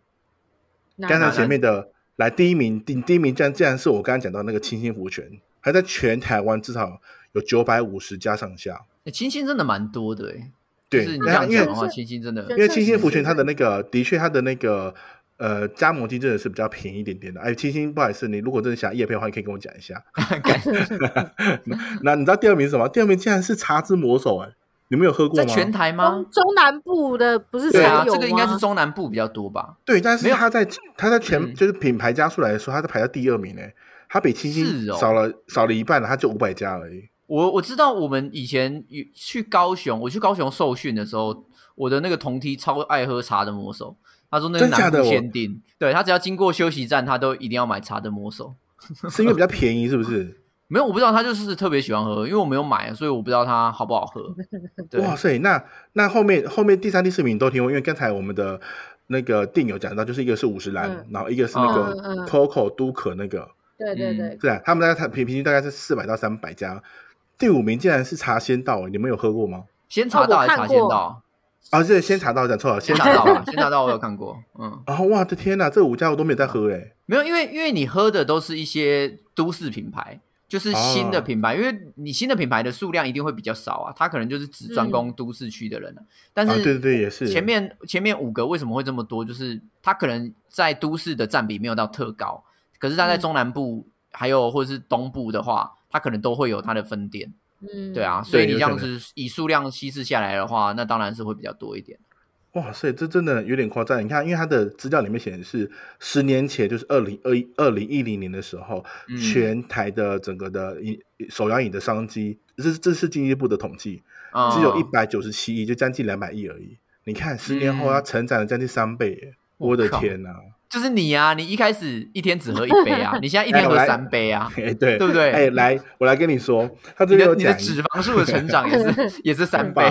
哪
刚才
哪
前面的来第一名，第第一名竟然竟然是我刚刚讲到那个清新福泉，还在全台湾至少有九百五十家上下。
欸清新真的蛮多的哎。
对，
就是你这
那
样
因
讲
为
的话，
就是
清新真的
因为清
这
新
是
福泉它的那个的确它的那个呃加盟金真的是比较便宜一点点的。哎，清新不好意思，你如果真的想夜配的话，你可以跟我讲
[LAUGHS]
一下。那你知道第二名是什么？第二名竟然是茶之魔手哎、你们有喝过
在
吗？
全台吗
中？中南部的不是才
对
有
啊，
吗
这个应该是中南部比较多吧？
对，但
没
是
有
它在它在全、
嗯
就是品牌家数来说，它是排在第二名哎、它比清新
是哦
少了、少了一半了，它就五百家而已。
我我知道我们以前有去高雄，我去高雄受训的时候，我的那个同梯超爱喝茶的魔手，他说那个
真假
南部
的我
限定，对他只要经过休息站，他都一定要买茶的魔手。 [LAUGHS]
是因为比较便宜，是不是？
没有，我不知道他就是特别喜欢喝，因为我没有买，所以我不知道他好不好
[LAUGHS]
喝。 [LAUGHS] 对，
哇塞，那那后面后面第三、第四名都听过，因为刚才我们的那个电友讲到，就是一个是五十岚，
嗯
然后一个是那
哦
个
嗯嗯嗯
Coco 都可那个，
对对对，
对、啊，他们大概他平平均大概是四百到三百家。第五名竟然是茶仙道，欸你们有喝过吗？
先查到还是
哦我
茶
看
先
过
到？
啊，这先查到
[LAUGHS]
讲错了，
先
先
查
查
到
到
吧，。先查到我有看过，嗯，
啊、哇，我的天哪，这五家我都没有在喝哎、
没有，因为因为你喝的都是一些都市品牌，就是新的
哦
品牌，因为你新的品牌的数量一定会比较少啊，它可能就是只
嗯
专攻都市区的人了、但是、
啊，对对对，也是
前面前面五个为什么会这么多？就是它可能在都市的占比没有到特高，可是它在
嗯
中南部、还有或者是东部的话，它可能都会有它的分店，
嗯，
对啊，所以你
对有
这
可
样子以数量稀释下来的话，那当然是会比较多一点。
哇塞，这真的有点夸张。你看，因为它的资料里面显示，十年前就是二零二一二零一零年的时候，
嗯
全台的整个的饮手摇饮的商机，这这是经济部的统计，
啊
只有一百九十七亿，就将近两百亿而已。你看，十年后
嗯
它成长了将近三倍耶，我的
靠
天哪！
就是你啊，你一开始一天只喝一杯啊，你现在一天喝三杯啊，
哎，对
对不对
[LAUGHS] 哎，来，我来跟你说，他这
你
边
的
有
你的
讲
脂肪素的成长也
[LAUGHS]
是也是三倍，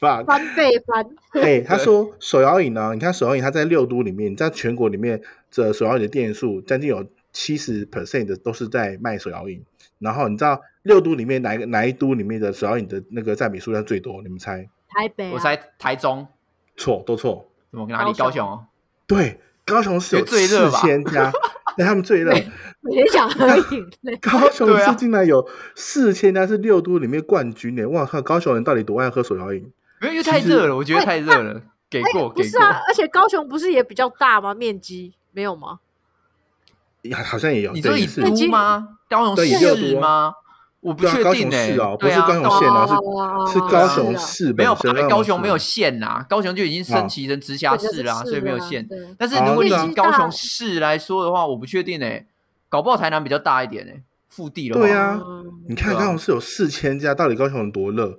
，bug
翻倍翻，
哎，他说手摇饮呢，你看手摇饮，它在六都里面，在全国里面，这手摇饮的店数将近有七十 percent 的都是在卖手摇饮。然后你知道六都里面哪一个哪一都里面的手摇饮的那个占比数量最多？你们猜？
台北、啊，
我猜台中
错，都错。
怎么哪里高
高雄
雄哦，
对，高雄是有
最热
四
吧
千
[LAUGHS]
家，对他们最热。
每天想喝饮
[LAUGHS]
料，
高雄
对啊
是竟然有四千家，是六都里面冠军呢！哇靠，高雄人到底多爱喝手摇饮？
没有因为太热了，我觉得太热了，给过
哎
不
给
是
过，
啊，而且高雄不是也比较大吗？面积没有吗？
呀，好像也有。
你
这
说
也
以
是
已
都
经
吗？高雄
对以六
市
都啊
吗？我不
对啊
确
高
定
雄
哎、
市哦不
对
是
啊，
高雄
高
县啊是
哦
是高雄
啊
市
没有
本
吧
身，让
高
我
雄
是
没有县呐、高雄就已经升
啊
旗成直辖市啦、啊所以没有县。
对
但是如果
啊
你
对啊
以高雄市来说的话，我不确定哎、搞不好台南比较大一点哎、腹地的话，
对啊
嗯
你看
对啊
高雄是有四千家，到底高雄有多热？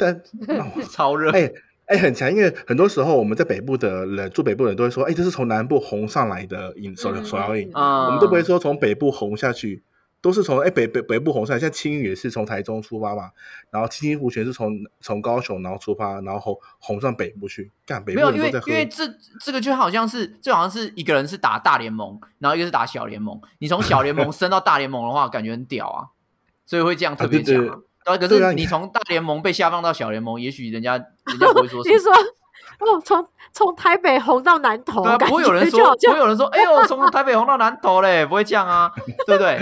[LAUGHS]
但哦
超热。
哎哎很强，因为很多时候我们在北部的人住北部的人都会说，哎，这是从南部红上来的饮手
嗯
手摇饮，
啊、
我们都不会说从北部红下去，都是从哎北北北部红上来，像青云也是从台中出发嘛，然后青青湖泉是从从高雄然后出发，然后红红上北部去，干北部
没有，因
人
为
都在喝
因为这这个就好像是就好像是一个人是打大联盟，然后一个是打小联盟。你从小联
[LAUGHS]
盟升到大联盟的话，感觉很屌啊，所以会这样特别
啊对
强、
对
啊。对啊，可
对啊
是
你
你从大联盟被下放到小联盟，也许人家人家不会
[LAUGHS]
说什
听
么。
说哦，从从台北红到南投，
对啊，
哦感
不会有人
觉
说，
就
不会
好像
有
[LAUGHS]
人说，哎呦，从台北红到南投嘞，不会这样啊，对不对？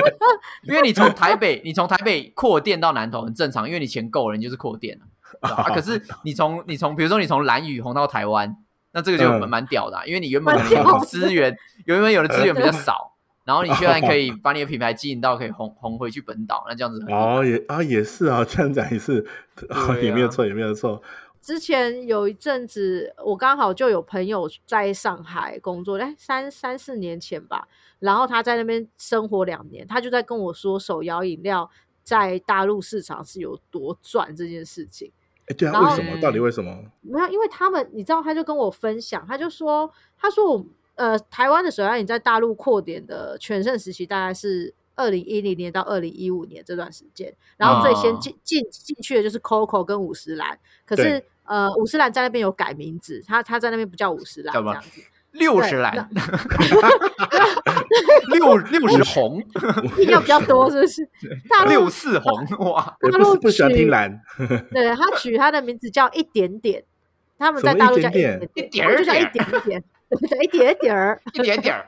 因为你从台北，你从台北扩店到南投很正常，因为你钱够了，你就是扩店了。对吧啊，可是你从你从比如说你从蓝屿红到台湾，那这个就
嗯
蛮蛮屌的啊、因为你原本可
蛮
能有
屌
的
的
资源，原本有的资源比较少，然后你居然可以把你的品牌经营到可以红红回去本岛，那这样子很
哦也啊也是啊，这样讲也是，哦
对
[LAUGHS] 也没有
啊
错也没有错，
之前有一阵子，我刚好就有朋友在上海工作，哎，三三四年前吧，然后他在那边生活两年，他就在跟我说手摇饮料在大陆市场是有多赚这件事情。
哎对啊，
然
为
后
什么？到底为什么？
没有，因为他们你知道，他就跟我分享，他就说，他说我呃，台湾的手摇饮在大陆扩点的全盛时期大概是二零一零年到二零一五年这段时间，然后最先
啊
进进进去的就是 Coco 跟五十岚，可是
对
呃，五十岚在那边有改名字，他他在那边不叫五十岚
干
这
嘛
样子，
六十
[LAUGHS]
岚，六六十红，
音要比较多，是
[LAUGHS]
不是？大陆
六四红，哇！
哎我
大陆
不不喜欢
取
听蓝，
对他取他的名字叫一点点，他们
什
在
么
大
一
陆叫
点点
点
一点
我
儿
就叫一
点
点点， [LAUGHS] 对一点点儿。
一点点儿。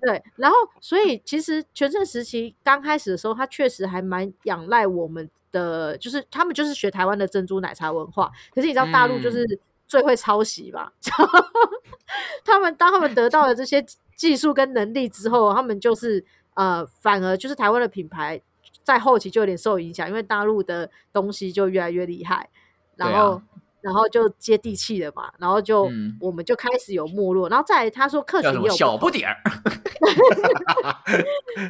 对，然后所以其实全盛时期刚开始的时候，他确实还蛮仰赖我们的，就是他们就是学台湾的珍珠奶茶文化，可是你知道大陆
嗯
就是最会抄袭吧？ [LAUGHS] 他们当他们得到了这些技术跟能力之后，他们就是呃，反而就是台湾的品牌在后期就有点受影响，因为大陆的东西就越来越厉害，然
对啊
后、然后就接地气了嘛，然后就、
嗯
我们就开始有没落，然后再来他说客群
叫
也
什
[LAUGHS] 有
么小
不同
不点儿，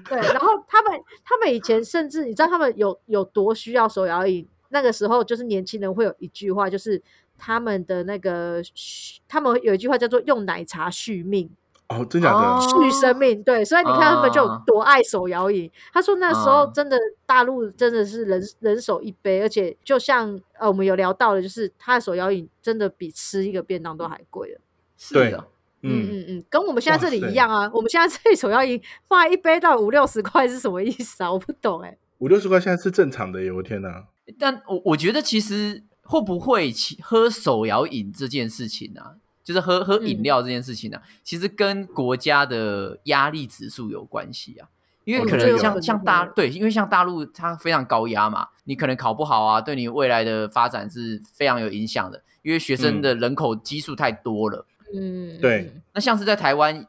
对，然后他们他们以前甚至你知道他们有有多需要手摇椅，那个时候就是年轻人会有一句话，就是他们的那个续他们有一句话叫做“用奶茶续命”，
哦，真假的
哦？
续生命，对，所以你看他们就有
啊
多爱手摇椅。他说那时候
啊
真的大陆真的是人人手一杯，而且就像呃我们有聊到的，就是他的手摇椅真的比吃一个便当都还贵了。
是
对
的，
嗯
嗯，
嗯嗯，跟我们现在
哇
这里
塞
一样啊，我们现在这里手摇椅卖一杯到五六十块是什么意思啊？我不懂哎、
五六十块现在是正常的耶，我
[LAUGHS]
天哪！
但我我觉得其实会不会其喝手摇饮这件事情啊，就是喝喝饮料这件事情呢、啊，其实跟国家的压力指数有关系啊。因为
我
可
觉得
能
有
像
很
像
多
大对，因为像大陆它非常高压嘛，你可能考不好啊，对你未来的发展是非常有影响的，因为学生的人口基数太多了。
嗯，
对
嗯，
那像是在台湾，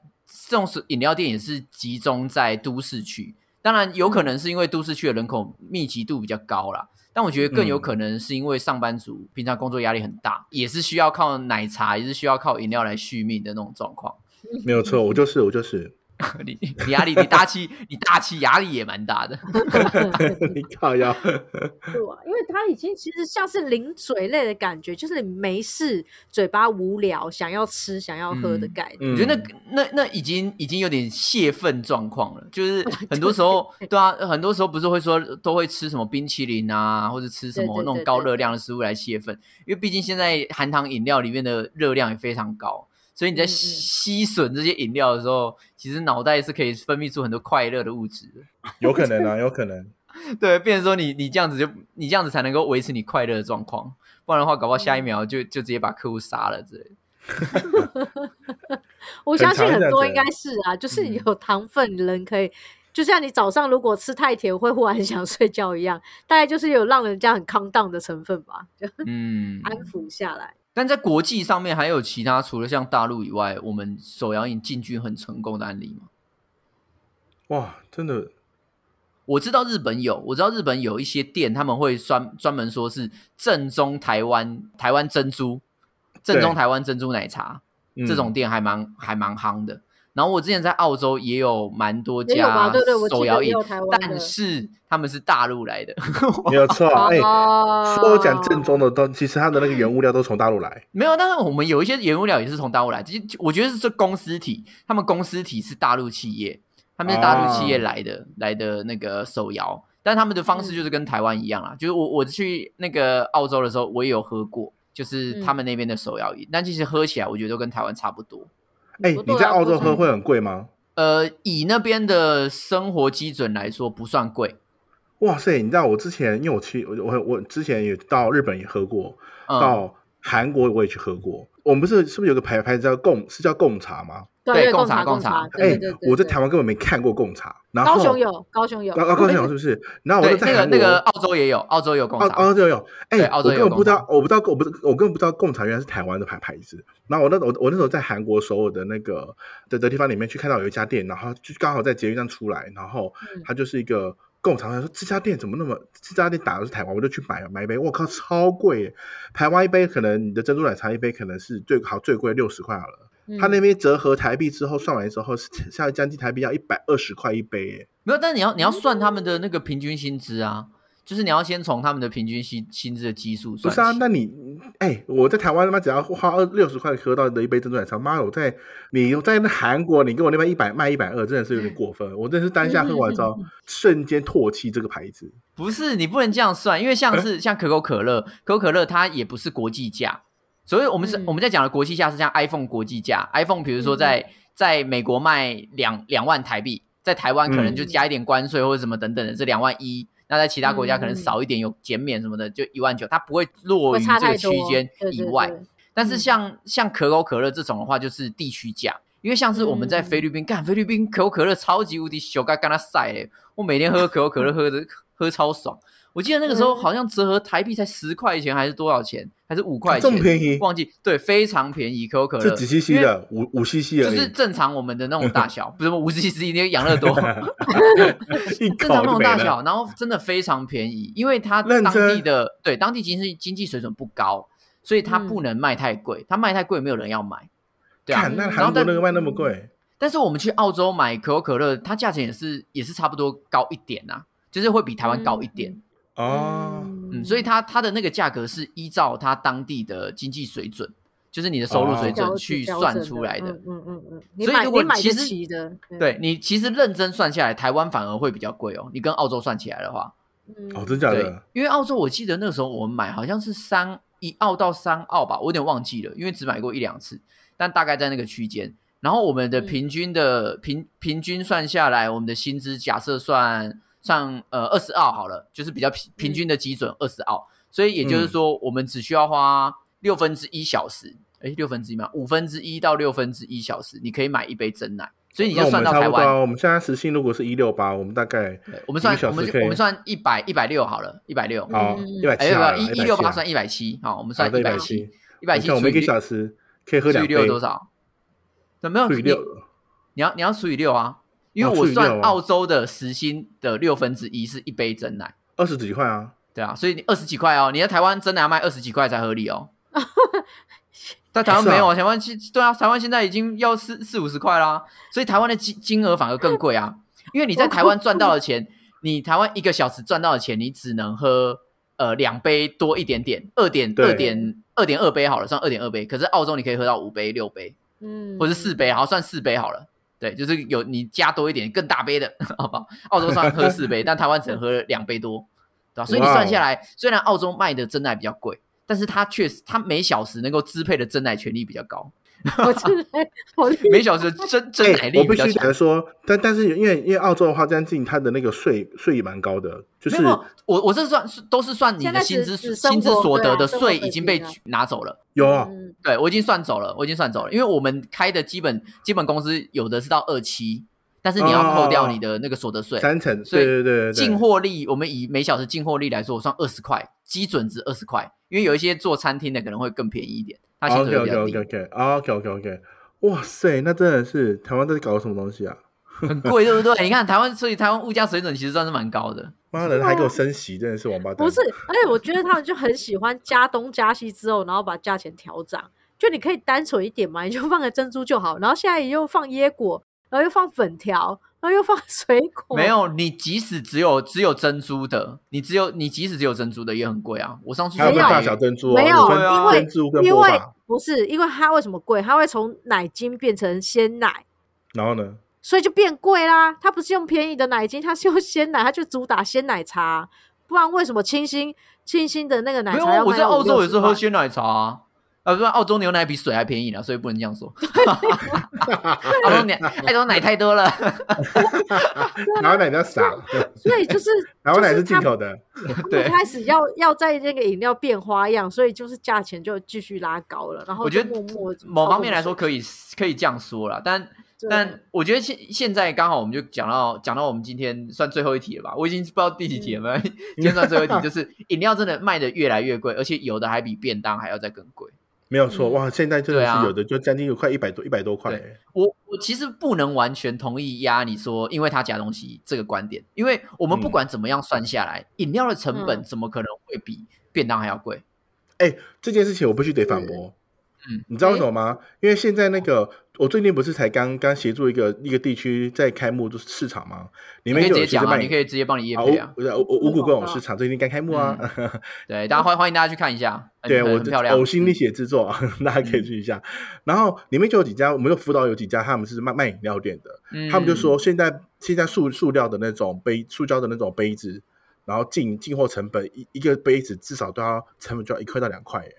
这种饮料店也是集中在都市区，当然有可能是因为都市区的人口密集度比较高啦，但我觉得更有可能是因为上班族平常工作压力很大，也是需要靠奶茶，也是需要靠饮料来续命的那种状况。 [LAUGHS]
没有错，我就是我就是， [LAUGHS]
你你压力，你大气，你大气压力也蛮大的。
你靠腰，
对啊，因为它已经其实像是零嘴类的感觉，就是你没事，嘴巴无聊，想要吃想要喝的
嗯
感觉。
嗯
我觉得那那那已经已经有点泄愤状况了，就是很多时候，对啊，很多时候不是会说都会吃什么冰淇淋啊，或者吃什么
对对对
那种高热量的食物来泄愤，因为毕竟现在含糖饮料里面的热量也非常高，所以你在
嗯嗯
吸吸吮这些饮料的时候，其实脑袋是可以分泌出很多快乐的物质的，
有可能啊，有可能。
对，变成说你你这样子就你这样子才能够维持你快乐的状况，不然的话，搞不好
嗯
下一秒就就直接把客户杀了之类的。
我
很
相信
常
很
这样
多
子欸
应该是啊，就是
嗯
有糖分人可以，就像你早上如果吃太甜会忽然 [LAUGHS] 想睡觉一样，大概就是有让人家很康荡的成分吧，就
嗯，
安抚下来。
但在国际上面还有其他除了像大陆以外，我们手摇饮进军很成功的案例吗？
哇，真的，
我知道日本有，我知道日本有一些店他们会专专门说是正宗台湾台湾珍珠，正宗
对
台湾珍珠奶茶
嗯
这种店还蛮还蛮夯的。然后我之前在澳洲也有蛮多
也有吧？
家
对对，我记
手摇
得也
饮，
有台湾的。
但是他们是大陆来的，
没有
[LAUGHS]
错。哎、
哦
说讲正宗的东，其实它的那个原物料都从大陆来。
没有，但是我们有一些原物料也是从大陆来，其实我觉得是这公司体，他们公司体是大陆企业，他们是大陆企
哦
业来的、来的那个手摇，但他们的方
嗯
式就是跟台湾一样啦，就是我我去那个澳洲的时候，我也有喝过，就是
嗯
他们那边的手摇饮，但其实喝起来我觉得都跟台湾差不多。
哎、
不
你
对啊
在澳洲
不是
喝会很贵吗？
呃，以那边的生活基准来说，不算贵。
哇塞，你知道我之前，因为我去，我我我之前也到日本也喝过，
嗯，
到韩国我也去喝过。我们不是是不是有个牌牌子叫贡，是叫贡茶吗？
对
对
贡
贡
茶贡
贡
茶
茶，
哎、
对对对对
我在
对
台湾根本没看过贡茶，然后
高雄，有，高雄有，
高高高雄有是不是？然后我
对
就，在
那个
韩
那
国，
个澳洲也有，澳洲有贡
澳
茶。
澳洲有，哎、
对澳洲
我
也
根
有
本不知
贡茶
道，我不知道，我不是，我根本不知道贡茶原来是台湾的牌牌子。然后我那我我那时候在韩国首尔的那个的的地方里面去看到有一家店，然后就刚好在捷运站出来，然后
嗯
它就是一个贡茶。我想说这家店怎么那么，这家店打的是台湾，我就去买买一杯，我靠，超贵耶！台湾一杯可能你的珍珠奶茶一杯可能是最好最贵六十块好了，
嗯
它
嗯
那边折合台币之后算完之后是像将近台币要一百二十块一杯耶。
没有，但是你要你要算他们的那个平均薪资啊，就是你要先从他们的平均薪薪资的基数
不
算
是啊，
起
那你哎、我在台湾他妈只要花二六十块喝到的一杯珍珠奶茶，妈的，我在你在那韩国，你给我那边一百卖一百二，真的是有点过分。我真的是当下喝完之后，
嗯
[LAUGHS] 瞬间唾弃这个牌子。
不是你不能这样算，因为像
呃
是像可口可乐，可口可乐它也不是国际价，所以我们是、
嗯
我们在讲的国际价是像 iPhone 国际价，iPhone 比如说
嗯嗯
在、在美国卖两两万台币，在台湾可
嗯
能就加一点关税或者什么等等的，这两万一。那在其他国家可能
嗯嗯
少一点，有减免什么的，就一万九，它不会落
会
于
差
这
太
个
多
区间
对
以
对
外。
对
但是
嗯
像、像可口可乐这种的话，就是地区价，因为像是我们在菲律
嗯
宾，干、菲律宾可口可乐超级无敌小干干它晒嘞，我每天喝可口可乐喝的 [LAUGHS] 喝超爽。我记得那个时候
嗯
好像折合台币才十块钱，还是多少钱？还是五块
这
钱？
么便宜
忘记对，非常便宜。可口可乐
是几 CC 的，五五 CC
因为就
而
是
已，
正常我们的那种大
[LAUGHS]
小，不是五 cc 那个养乐多， [LAUGHS]
一
正常那
口就
种
没
大
了。
小，然后真的非常便宜，因为它
认
当地
真
的对当地经济经济水准不高，所以它不
嗯
能卖太贵，它卖太贵没有人要买，对啊
看，。那
然后
韩国
但嗯
那个卖那么贵，
但是我们去澳洲买可口可乐，它价钱也是也是差不多高一点啊，就是会比台湾高一点，
哦，
嗯所以它它的那个价格是依照它当地的经济水准，就是你的收入水
哦
准去算出来的。
嗯嗯嗯嗯，你
所以
买
如果
你买
其
得
实
起的，
对你其实认真算下来，台湾反而会比较贵哦。你跟澳洲算起来的话，
嗯
哦，真假
对
的？，
因为澳洲我记得那个时候我们买好像是三一澳到三澳吧，我有点忘记了，因为只买过一两次，但大概在那个区间。然后我们的
嗯
平均的、平平均算下来，我们的薪资假设算算呃二十澳好了，就是比较
嗯
平平均的基准二十澳，所以也就是说我们只需要花六分之一小时，诶，六分之一嘛，五分之一到六分之一小时，你可以买一杯真奶。所以你
那
就
我
算
们
到
差
台
不多
湾，
啊，我们现在时薪如果是一六八，我们大概
对我们
一个
算
小
我们
时
就
可以
我们算一百一百六好了，一百六，
哦
嗯
一百
哎
七啊好了，
不不，一一六八算一百七，好，我们
好
算
的一
百
百
七，
七，
一百
你
七
看我
除
们
以
啊一个小时可以喝
除
两
以六
杯，
多少？怎么样？
除以
你
六
你要你要除以六啊，因为
哦
我
除以
算
六啊
澳洲的时薪的六分之一是一杯真奶，
二十几块啊，
对啊，所以你二十几块哦，你在台湾真奶要卖二十几块才合理哦。在台湾没有，啊，台湾现对啊，台湾现在已经要四四五十块啦，所以台湾的金金额反而更贵啊，因为你在台湾赚到的钱，你台湾一个小时赚到的钱，你只能喝呃两杯多一点点，二点
对
二点二点二杯好了，算二点二杯，可是澳洲你可以喝到五杯六杯，
嗯，
或是四杯，好算四杯好了。对，就是有你加多一点更大杯的，好不好？澳洲上喝四
[LAUGHS]
杯，但台湾只能喝两杯多，对吧、所以你
哇哦
算下来，虽然澳洲卖的真奶比较贵，但是它确实它每小时能够支配的真奶权利比较高，
我真的好厉
每小时的真真奶
哎，
力
我必
比较
须
强
得。说，但但是因为因为澳洲的话，将近它的那个税税也蛮高的，就是
没有没有，我我这算是都是算你
现
的
在
薪
只
资
只
薪资
生活
所
对啊
得的
生活
税
水
已经
平
被
啊
取拿走了。
有啊，
嗯
对，我已经算走了，我已经算走了，因为我们开的基本基本工资有的是到二七，但是你要扣
哦
掉你的那个所得税，
三层，
所以
对对对对，
进货利，我们以每小时进货利来说，我算二十块，基准值二十块，因为有一些做餐厅的可能会更便宜一点，它薪
OK
水会
OK
比较
OK
低，
OK OK OK OK，哇塞，那真的是台湾在搞什么东西啊？
很贵，对不对？你看台湾，所以台湾物价水准其实算是蛮高
[LAUGHS]
的。
妈的，还给我升息，真的是王八蛋！
不是，而且我觉得他们就很喜欢加东加西之后，然后把价钱调涨。就你可以单纯一点嘛，你就放个珍珠就好，然后现在又放椰果，然后又放粉条，然后又放 [LAUGHS] 水
哦
果，
没有，你即使只有只有珍珠的，你只有你即使只有珍珠的也很贵啊。我上次
还有
没
个
有
大小珍珠哦，
没有，
分
对啊
因为
珍珠跟
因
波
为
霸，
不是因为它为什么贵？它会从奶精变成鲜奶，
然后呢？
所以就变贵啦。它不是用便宜的奶精，它是用鲜奶，它就主打鲜奶茶。不然为什么清新清新的那个奶
没有
茶
啊，
要卖到50块？
我在澳洲也是喝鲜奶茶啊。啊，不是，澳洲牛奶比水还便宜了，所以不能这样
[LAUGHS]
说。澳洲奶，澳洲奶太多了。
台湾奶比较傻，
所以
[LAUGHS]
就是
台湾奶
就是
进
它
口的，
他
对
们开始要要在那个饮料变花样，所以就是价钱就继续拉高了。然后
我
就
觉得
默默
某方面来说，可以可以这样说啦，但
对
但我觉得现现在刚好我们就讲到讲到我们今天算最后一题了吧？我已经不知道第几
嗯
题了，没关系今天算最后一
[LAUGHS]
题，就是饮料真的卖的越来越贵，而且有的还比便当还要再更贵。
没有错。
嗯
哇，现在真的
对啊
是有的就将近有快一百多，一百多块
对
欸。
我我其实不能完全同意鸭你说，因为它假东西这个观点，因为我们不
嗯
管怎么样算下来，饮料的成本
嗯
怎么可能会比便当还要贵？
哎，这件事情我必须得反驳。
嗯，
你知道为什么吗？因为现在那个，我最近不是才刚刚协助一个一个地区在开幕市场吗？
你
里
可以
面
直
就
接
有其实
讲啊，
卖
你可以直接帮你业
啊，
配啊。
五五五谷各种市场最近刚开幕啊， [LAUGHS]
对，大家欢欢迎大家去看一下，很
对
很嗯
我
很
这
漂亮，嗯
呕心沥血之作， [LAUGHS] 大家可以去一下。然后里面就有几家，我们就辅导有几家，他们是卖卖饮料店的，
嗯
他们就说现在现在塑塑料的那种杯，塑胶的那种杯子，然后进进货成本一一个杯子至少都要成本就要一块到两块耶。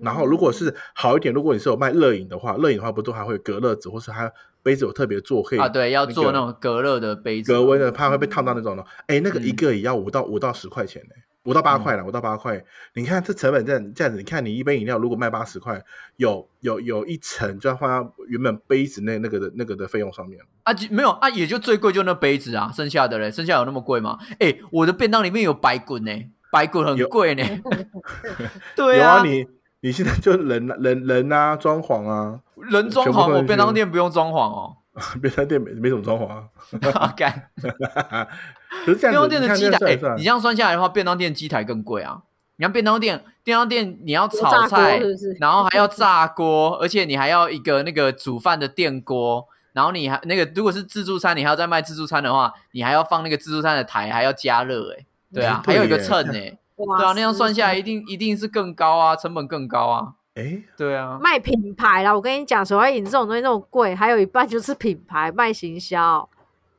然后如果是好一点，如果你是有卖热饮的话，热饮的话不都还会有隔热纸，或是它杯子有特别做可以
啊，对，要
那
做
个
那种隔热的杯子，
格温的，怕会被烫到那种的。哎，那个一
嗯
个也要五到五到十块钱呢、五到八块了，五到八块。你看这成本这样这样子，你看你一杯饮料如果卖八十块，有有有一层就要花到原本杯子那那个的那个的费用上面。
啊，就没有啊，也就最贵就那杯子啊，剩下的嘞，剩下有那么贵吗？哎、我的便当里面有白滚呢、白滚很
有
贵
[LAUGHS]
呢、对
有
啊，
啊，你你现在就人人人啊，装潢啊， [LAUGHS]
人装
全部
潢，
放
我
进去
便当店不用装潢
[LAUGHS]
哦。
便当店没没怎么装潢啊。
干，
可是这
便当
样子，
店
你
的
看
机
这
台，
样算
哎、
一算
你这，样算下来的话，便当店机台更贵啊。你看便当店，便当店你要
油炸
炒
锅
菜，
是不是
然后还要炸锅，而且你还要一个那个煮饭的电锅，然后你还那个如果是自助餐，你还要再卖自助餐的话，你还要放那个自助餐的台，还要加热、欸，对啊，
嗯对
还有一个
耶
秤呢、
嗯
对啊，那样算下来
来
一定一定是更高啊，成本更高啊，
哎，
对啊，
卖品牌啦。我跟你讲，手摇饮这种东西那么贵，还有一半就是品牌卖行销，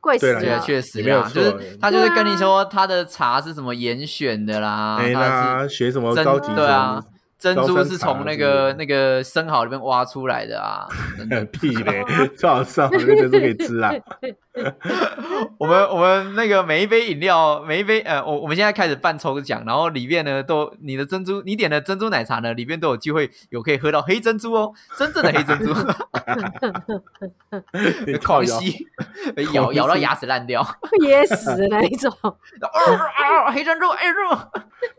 贵死
对啦
对啊，
[LAUGHS] 了。
确实
也没有
啦，就
错
是他就是跟你说他的茶是什么严选的啦，
没
他是
哎啦，学什么
啊真
高级什
对
么
啊
的？
珍
高
珠
山
是
茶
从那
是
个那个生蚝里面挖出来的
[LAUGHS]
啊！真的
屁嘞， [LAUGHS] 最好吃好跟珍珠可以吃
[LAUGHS]
啊。
我们我们那个每一杯饮料，每一杯呃，我我们现在开始办抽奖，然后里面呢都你的珍珠，你点的珍珠奶茶呢，里面都有机会有可以喝到黑珍珠哦，真正的黑珍
[LAUGHS]
珠， [LAUGHS]
你靠
狂
腰 [LAUGHS]
吸，咬咬到牙齿烂掉， [LAUGHS]
噎死的那一种。
啊啊黑珍珠，哎呦，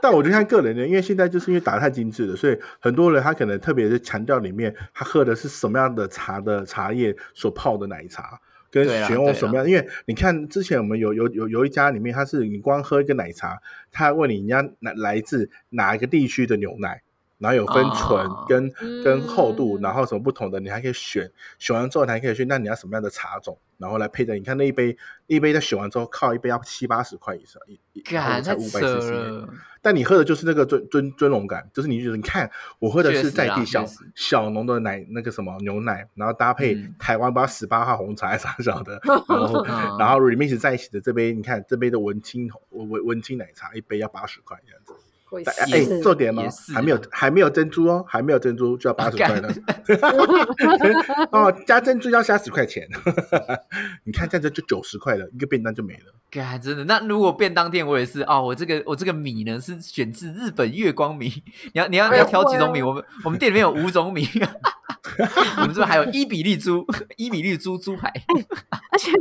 但我就看个人的，因为现在就是因为打得太精致了，所以很多人他可能特别是强调里面他喝的是什么样的茶的茶叶所泡的奶茶，跟
对啊
选
对
用
啊
什么样。因为你看之前我们有有有有一家里面，他是你光喝一个奶茶，他还问你人家来来自哪一个地区的牛奶。然后有分纯
啊
跟、跟厚度，
嗯
然后什么不同的，你还可以选。选完之后，你还可以去，那你要什么样的茶种，然后来配着。你看那一杯，一杯在选完之后，靠一杯要七八十块以上，一一
干
才
太
五
扯
百 cc 而已。
[LAUGHS] 了，
但你喝的就是那个尊尊尊荣感，就是你就觉得你看我喝的
确
是
实
在
啊
地小、
确实
小农的奶那个什么牛奶，然后搭配
嗯
台湾八十八号红茶还是啥小的，然后
嗯
然后 remix 在一起的这杯，你看这杯的文青文文文青奶茶一杯要八十块这样子，
会
但
死
哎、重点哦
也是，啊
还没有还没有珍珠哦，还没有珍珠就要八十块了， [LAUGHS] 哦加珍珠要三十块钱， [LAUGHS] 你看这样子就九十块了，一个便当就没了。
干真的，那如果便当店我也是啊、我这个我这个米呢是选自日本月光米，你要你要你
哎
要挑几种
啊
米？我们我们店里面有五种米， [LAUGHS] 我们这边还有伊比利猪、 [LAUGHS] 伊比利猪猪排，
而且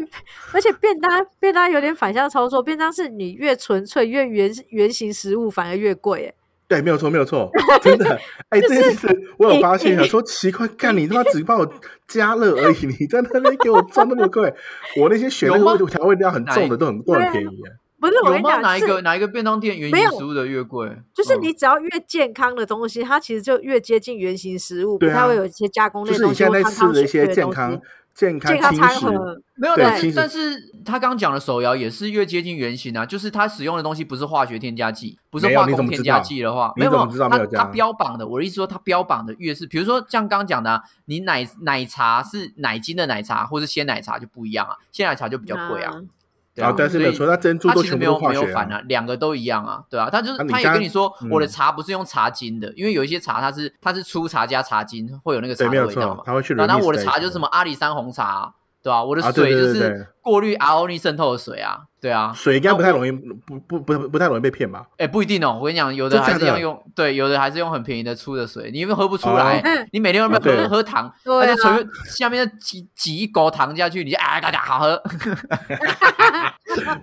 而且便当便当有点反向操作，便当是你越纯粹越原原型食物反而越贵，哎，
对，没有错，没有错，
[LAUGHS]
真的。哎、这件事我有发现，想说奇怪，干你他妈只帮我加热而已，你在那边给我装那么贵，我那些选那
有吗啊
个味调味料很重
哪一
的都很都很便宜耶。啊
不是 [LAUGHS] 我
有
跟你
吗？哪
讲
一
是
个。哪一个便当店原
没有
型食物的越贵？
就是
嗯
你只要越健康的东西，它其实就越接近原型食物，不
对啊
太会有一些加工类
就
的
是
东
你
西。
现在在
或
吃
汤
的
汤
一些
水
健
的东
康
西、
健康、
健康
轻
餐
食，
盒，
没有，
对
但
其实
但是他刚讲的手摇也是越接近原型啊，就是它使用的东西不是化学添加剂，不是
没有
化
你怎
工
么
添
知
加
道
剂的话，
你
没有
怎么知道没
它
有这
它
样啊
标榜的，我的意思说它标榜的越是，比如说像刚刚讲的、啊，你奶奶茶是奶精的奶茶或是鲜奶茶就不一样啊，鲜奶茶就比较贵啊，
嗯
对
然
啊
哦后，但是没有
所以
错，那珍珠
它
都
其实
全部
没
都
有
化
没有
学、
反啊，两个都一样啊，对啊，他就是、
啊你
他也跟
刚
你说、
嗯
我的茶不是用茶精的，因为有一些茶它是它是粗茶加茶精会有那个茶
对，没
的
有
味道嘛
错，，它会去 remix 在
那
一起。
那我的茶就是什么阿里山红茶、对吧、我的
啊对
水就
对对对
是过滤 RO 逆渗透的水啊，对啊，
水，应该不太容易，不不不不太容易被骗吧？
哎、不一定哦。我跟你讲，有
真
的
假
还是要
的哦
用，对，有的还是用很便宜的粗的水，你因为喝不出来，
嗯
你每天有没有
啊对
喝喝糖，
对
那就
啊，
随便下面挤挤一口糖下去，你就啊嘎嘎好
[LAUGHS]
喝，
屁
[LAUGHS]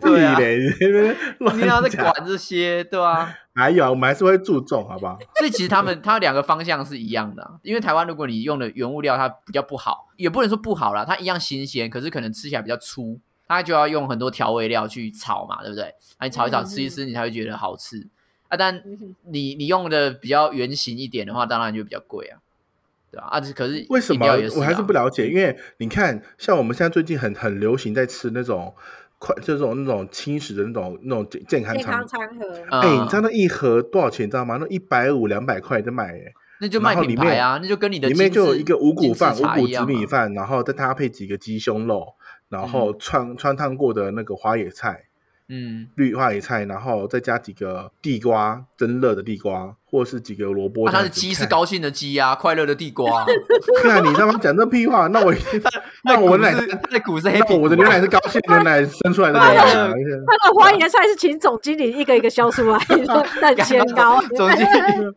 对啊，
嘞， [LAUGHS] 你在那
[LAUGHS]
边
你要
乱
在
讲。
管这些，对啊。
还有啊，我们还是会注重，好不好？
所以其实他们它两个方向是一样的啊、因为台湾如果你用的原物料它比较不好，也不能说不好啦，它一样新鲜，可是可能吃起来比较粗，它就要用很多调味料去炒嘛，对不对？那你炒一炒
嗯
吃一吃，你才会觉得好吃啊。但你你用的比较圆形一点的话，当然就比较贵啊，对啊，啊，可是
为什
饮
么
料也是、啊、
我还是不了解？因为你看，像我们现在最近很很流行在吃那种快这种那种轻食的那种那种健健康
健
餐
康。餐盒，
嗯，
哎、你知道那一盒多少钱？你知道吗？那一百五、两百块在卖、哎，
那就卖
然后
品
里
牌
面
啊，那就跟你的
里面
精
就有
致
一个五谷
精致
饭、五
茶
谷
一
紫
样
米
啊
饭，然后再搭配几个鸡胸肉，然后穿穿烫过的那个花野菜、
嗯，
绿花野菜，然后再加几个地瓜蒸热的地瓜，或是几个萝卜
那、
这
啊它
样
的
子。
鸡是
看
高兴的鸡啊，快乐的地
[LAUGHS]
瓜啊、
看你他妈讲这屁话，那我一
[LAUGHS]
定那
它的
我
骨
奶
是它的骨是黑
那
皮
我的
骨
牛
啊
奶是高兴牛奶生出来的牛奶
[LAUGHS]
啊。
那个花椰菜是请总经理一个一个削出来的 [LAUGHS] 蛋煎糕，
总
[LAUGHS]
经理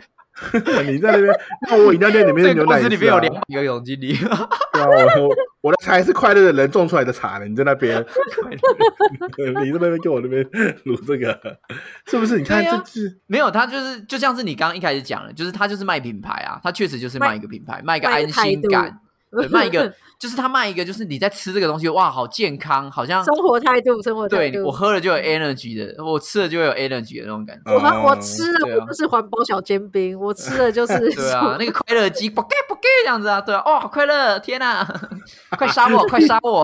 你在那边，那我饮料店里面
这
的
个
牛
公
奶
司
也
里
是
面有
啊
两百个总经理，
对啊，我我我的茶是快乐的人种出来的茶呢，你在那边， [LAUGHS] 你在那边跟我那边卤这个，是不是？你看
对
这
啊
是
[LAUGHS] 没有他就是就像是你刚刚一开始讲的，就是他就是卖品牌啊，他确实就是
卖
卖一个品牌，卖一个
卖一
安
个态
心
度
感，对，卖一个就是他卖一个就是你在吃这个东西，哇，好健康，好像
[LAUGHS] 生活态度，生活态
对
度。
我喝了就有 energy 的，我吃了就会有 energy 的那种感觉。
我喝我吃
对啊
的不是环保小煎饼，我吃
[LAUGHS]
的就是
对啊，那个快乐鸡， [LAUGHS] 不给不给这样子啊，对啊，哦，好快乐，天哪， [LAUGHS] 快杀我，快杀我！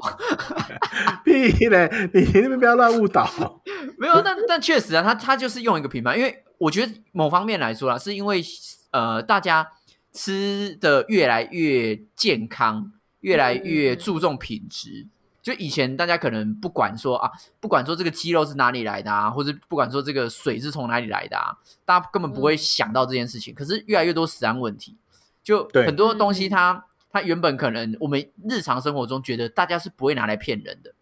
屁嘞！你那边不要乱误导。
[LAUGHS] 没有，但但确实啊，他他就是用一个品牌，因为我觉得某方面来说啊啦，是因为呃，大家吃的越来越健康，越来越注重品质，就以前大家可能不管说啊，不管说这个鸡肉是哪里来的啊，或者不管说这个水是从哪里来的啊，大家根本不会想到这件事情。可是越来越多食安问题，就
对
很多东西它它原本可能我们日常生活中觉得大家是不会拿来骗人的，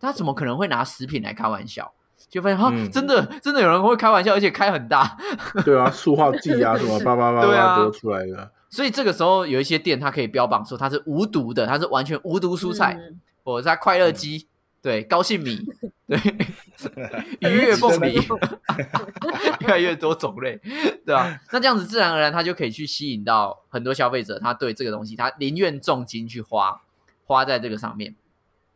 他怎么可能会拿食品来开玩笑？就发现哈、
嗯
真的真的有人会开玩笑，而且开很大。
对啊，塑化剂啊什么叭叭叭
对啊
叭都出来的，
所以这个时候有一些店，它可以标榜说它是无毒的，它是完全无毒蔬菜，
嗯
或者是它快乐鸡，对，高兴米，对， [LAUGHS] 愉悦凤梨，越
[LAUGHS]
来越多种类，对吧、那这样子自然而然，它就可以去吸引到很多消费者，他对这个东西，他宁愿重金去花，花在这个上面，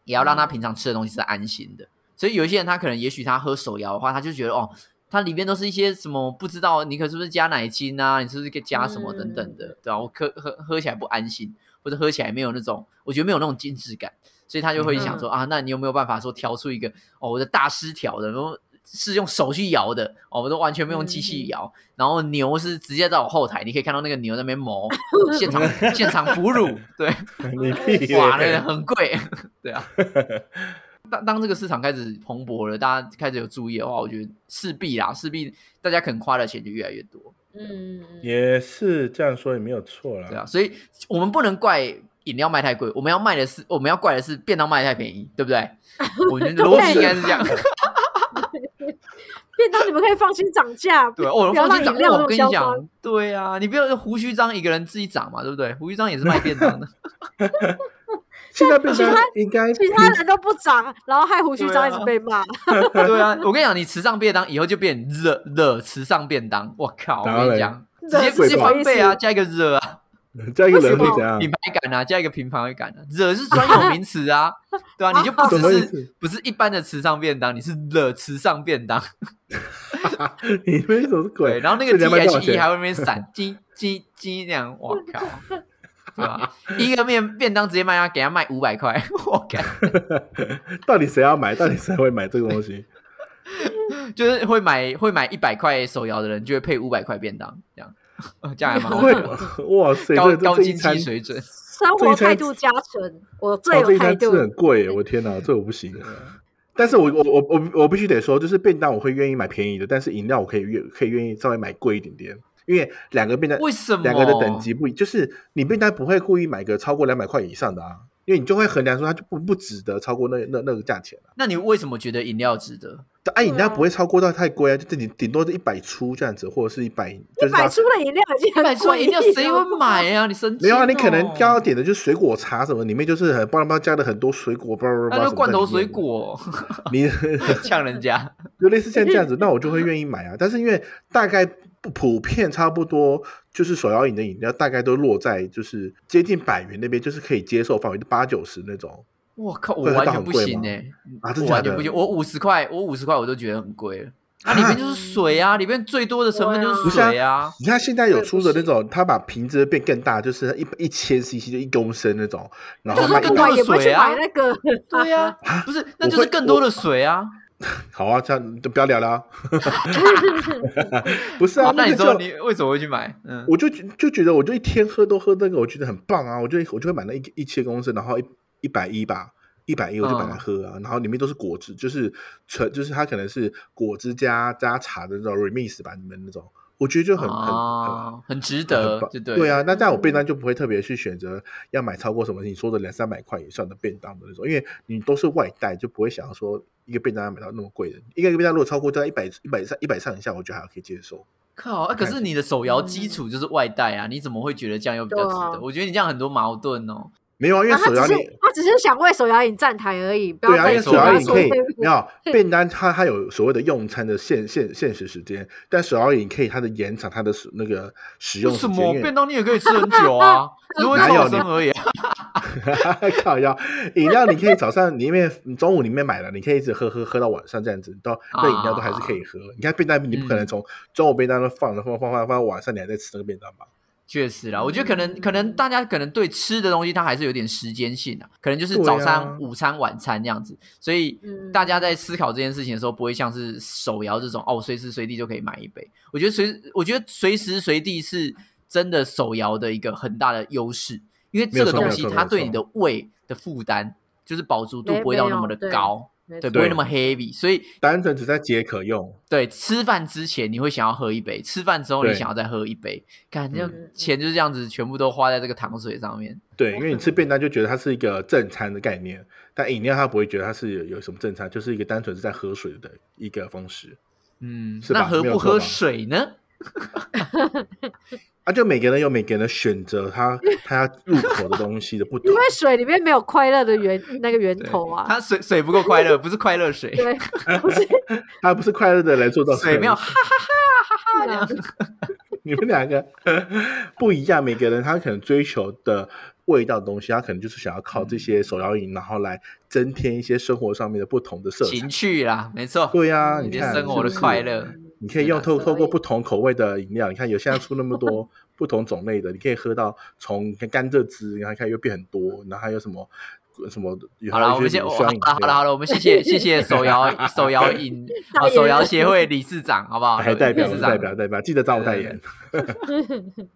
也要让他平常吃的东西是安心的。所以有一些人，他可能也许他喝手摇的话，他就觉得哦，它里面都是一些什么不知道，你可是不是加奶精啊？你是不是加什么等等的，对吧、我喝喝喝起来不安心，或者喝起来没有那种，我觉得没有那种精致感，所以他就会想说、啊，那你有没有办法说挑出一个哦，我的大师调的，然后是用手去摇的，哦，我都完全没有用机器摇，然后牛是直接在我后台，你可以看到那个牛在那边磨，现场现场哺乳，对，
你屁
[LAUGHS]
咧 [LAUGHS]
哇，那个很贵， [LAUGHS] 对啊。当当这个市场开始蓬勃了，大家开始有注意的话，我觉得势必啦，势必大家肯花的钱就越来越多，
嗯，嗯嗯
也是这样说也没有错啦。
对啊。所以我们不能怪饮料卖太贵，我们要卖的是我们要怪的是便当卖太便宜，对不对？我们的逻辑应该是这样， [LAUGHS]
便当你们可以放心涨价，
对啊。哦，
不要
放
让
心
饮
涨，
料
我
那么
跟你
嚣张。
讲，对啊，你不要胡须章一个人自己涨嘛，对不对？胡须章也是卖便当
[LAUGHS]
的，
现在变成
其他
应该
其他人都不涨，然后害胡须
啊
章一直被骂，
对啊。我跟你讲，你吃上便当以后就变热热吃上便当，我靠！
然
我
后
跟
嘞
你讲，直
热
接
是
直接
什么
翻倍
意
啊，
思
加一个热啊。
加一个人
为什
会
么
怎样
品？牌感啊，加一个品牌感啊，惹是专有名词啊，对啊，你就
哦
不
什么
只
意
是
思
不是一般的时尚便当，你是惹时尚便当，
你们什么
对，
鬼？
然后那个
这两百多少
DHE
钱
还会那边闪，叽叽叽那样，我
[LAUGHS]
靠，对吧？一个面便当直接卖他，给他卖五百块，我靠，
到底谁要买？到底谁会买这个东西？
就是会买会买一百块手摇的人，就会配五百块便当，这 [LAUGHS] 样，呃这样还蛮 [LAUGHS] [LAUGHS] 好
会
的，
哇塞，
高
这这
高
这一
经
餐
济水
[LAUGHS]
准。
生活态度加成，我最
哦，这
有
一
态
餐吃
度。
很贵耶，我天哪，这我不行。但是我我我我我必须得说，就是便当我会愿意买便宜的，但是饮料我可以愿可以愿意稍微买贵一点点，因为两个便当
为什么
两个的等级不一，就是你便当不会故意买个超过两百块以上的啊，因为你就会衡量说它就不不值得超过那那那个价钱了、啊。
那你为什么觉得饮料值得？
但按饮料
对啊
不会超过到太贵啊，就顶顶多是一百出这样子，或者是一百就
一
是到
百出的饮料已经很
买出
贵，
饮料谁会？买啊？你生气、
没有啊，你可能
要。
要点的就是水果茶什么，里面就是很巴拉巴拉加了很多水果，巴拉巴拉
那
巴拉
就
什么
罐头
在
水
里面的，
果
你 [LAUGHS]
[LAUGHS] 呛人家，
就类似像这样子，那我就会愿意买啊。但是因为大概不普遍差不多，就是手摇饮的饮料大概都落在就是接近百元那边，就是可以接受范围，就八九十那种
我靠，我
会
完
到
全
很
不
贵
行
吗
哎、
啊，真
我
的
完全
假的
不？行，我五十块，我五十块我都觉得很贵了。它、里面就是水啊，里面最多的成分就是
不
是啊
水啊，
你看现在有出的那种，他把瓶子变更大，就是一一千 CC 就一公升那种，然后
就是
卖一
那个
百
我也不会去
啊
买那 [LAUGHS] 个，
对啊，不是，那就
我
是
会
更多的水啊。
好啊，这样就不要
[LAUGHS]
聊了啊。不是啊
好，哦那
那
你
个
说
就
你为什么会去买？嗯，
我就觉就觉得，我就一天喝都喝那个，我觉得很棒啊！我就我就会买那一一千公升，然后一一百一吧，一百一我就买
嗯
来喝啊。然后里面都是果汁，就是纯就是它可能是果汁加加茶的那种 remix 版里面那种，我觉得就很、很
啊，很值
很
得
很，棒
就对嗯
对啊，那但我便当就不会特别去选择要买超过什么你说的两三百块以上的便当的那种，因为你都是外带，就不会想要说一个便当要买到那么贵的。一个便当如果超过在一百一百上一百上以下，我觉得还可以接受。
靠、啊可
哎
是你的手摇基础就是外带啊，你怎么会觉得这样又比较值
对啊
得？我觉得你这样很多矛盾哦。
没有啊，因为
啊他
手摇
只
你、
是他只是想为手摇饮站台而已，不要
对啊，
再
因为
手
手
说
摇
他
饮
说
可以
对不
没
对
有便当它，它有所谓的用餐的限限限时时间，但手摇饮可以它的延长它的使那个使用
为
时
什
间。
么
因为
便当你也可以吃很久
[LAUGHS]
啊？只是会
哪有
超
你
生而已啊。
[LAUGHS] 靠腰，饮料你可以早上里面、你中午里面买了，你可以一直喝喝喝到晚上这样子，到
哦
那饮料都还是可以喝。你看便当，你不可
嗯
能从中午便当都放了放放放放，晚上你还在吃那个便当吧？
确实啦，我觉得可
嗯
能可能大家可能对吃的东西它还是有点时间性啊，可能就是
对啊
早餐、午餐、晚餐这样子，所以
嗯
大家在思考这件事情的时候，不会像是手摇这种哦，我随时随地就可以买一杯。我觉得随我觉得随时随地是真的手摇的一个很大的优势，因为这个东
没
西
有错没有错
它对你的胃的负担就是饱足度
没
不会到那么的
没有
高，
没
对，
错
不会那么 heavy，所以
单纯只在解渴用，
对，吃饭之前你会想要喝一杯，吃饭之后你
对
想要再喝一杯，感觉
嗯
钱就是这样子，全部都花在这个糖水上面。
对，因为你吃便当就觉得它是一个正餐的概念，但饮料它不会觉得它是有有什么正餐，就是一个单纯是在喝水的一个方式
嗯，
是吧
那何
没
不
有错吧
喝水呢？
啊。就每个人有每个人的选择，他他要入口的东西的不同
因。为水里面没有快乐的源那个源
对
头啊。
它水水不够快乐，不是快乐水，
对，
[LAUGHS]
不是
他不是快乐的来做到这
水
个
没有
东西
哈哈哈哈哈这样
啊
子。
你们两个 [LAUGHS] 不一样，每个人他可能追求的味道的东西，他可能就是想要靠这些手摇饮，然后来增添一些生活上面的不同的色彩
情。趣啦，没错，
对呀、啊，
你
你
的
看
生活的
是不是
快乐，
你可以
是
用
啦
透
所
透过
以
不同口味的饮料，你看有现在出那么多不同种类的，你可以喝到从甘蔗汁，然后看又变很多，然后还有什么什么，
好了，我
还有
们
一些
先，
乳
我好了
酸饮料
好了好了，我们谢谢谢谢手
[LAUGHS]
摇手摇饮啊手摇协会理事长，好不好？
还哎代表
理事长
代表代表，记得找我代
对对
言。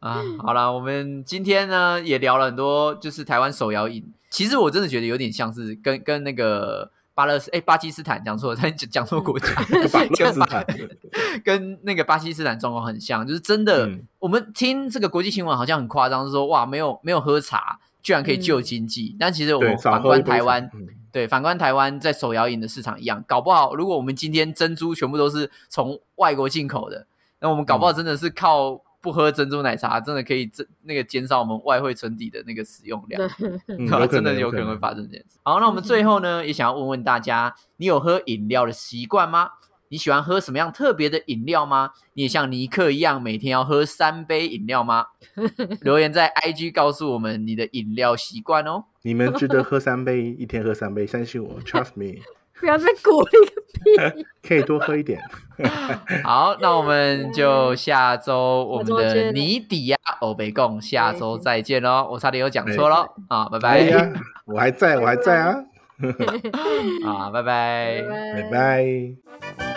啊，好了，我们今天呢也聊了很多，就是台湾手摇饮。其实我真的觉得有点像是跟跟那个巴勒斯哎巴基斯坦讲错，他讲讲错国家，
[LAUGHS] 巴勒
跟
斯
巴
坦
[LAUGHS] 跟那个巴基斯坦状况很像，就是真的，
嗯
我们听这个国际新闻好像很夸张，是说哇没有没有喝茶居然可以救经济，但其实我
嗯对，
们
少
反
喝一
观
杯
台
茶
湾，
嗯
对，反观台湾在手摇饮的市场一样，搞不好如果我们今天珍珠全部都是从外国进口的，那我们搞不好真的是靠不喝珍珠奶茶，真的可以这那个减少我们外汇存底的那个使用量，
嗯
对吧
有可
[LAUGHS] 真的
能
有
可
可能会
能。
发生这件事。好，那我们最后呢，也想要问问大家，你有喝饮料的习惯吗？你喜欢喝什么样特别的饮料吗？你也像尼克一样每天要喝三杯饮料吗？留言在 IG 告诉我们你的饮料习惯哦。
你们值得喝三杯，一天喝三杯，相信我，trust
[LAUGHS]
me，
不要被鼓励个屁！
可以多喝一点。
[LAUGHS] 好，那我们就下周我们
下周
的
见
尼底亚欧北贡下周再见喽。我差点有讲错喽啊，拜
哎
拜
呀，我还在，我还在啊，
啊，拜拜
拜
拜拜。
拜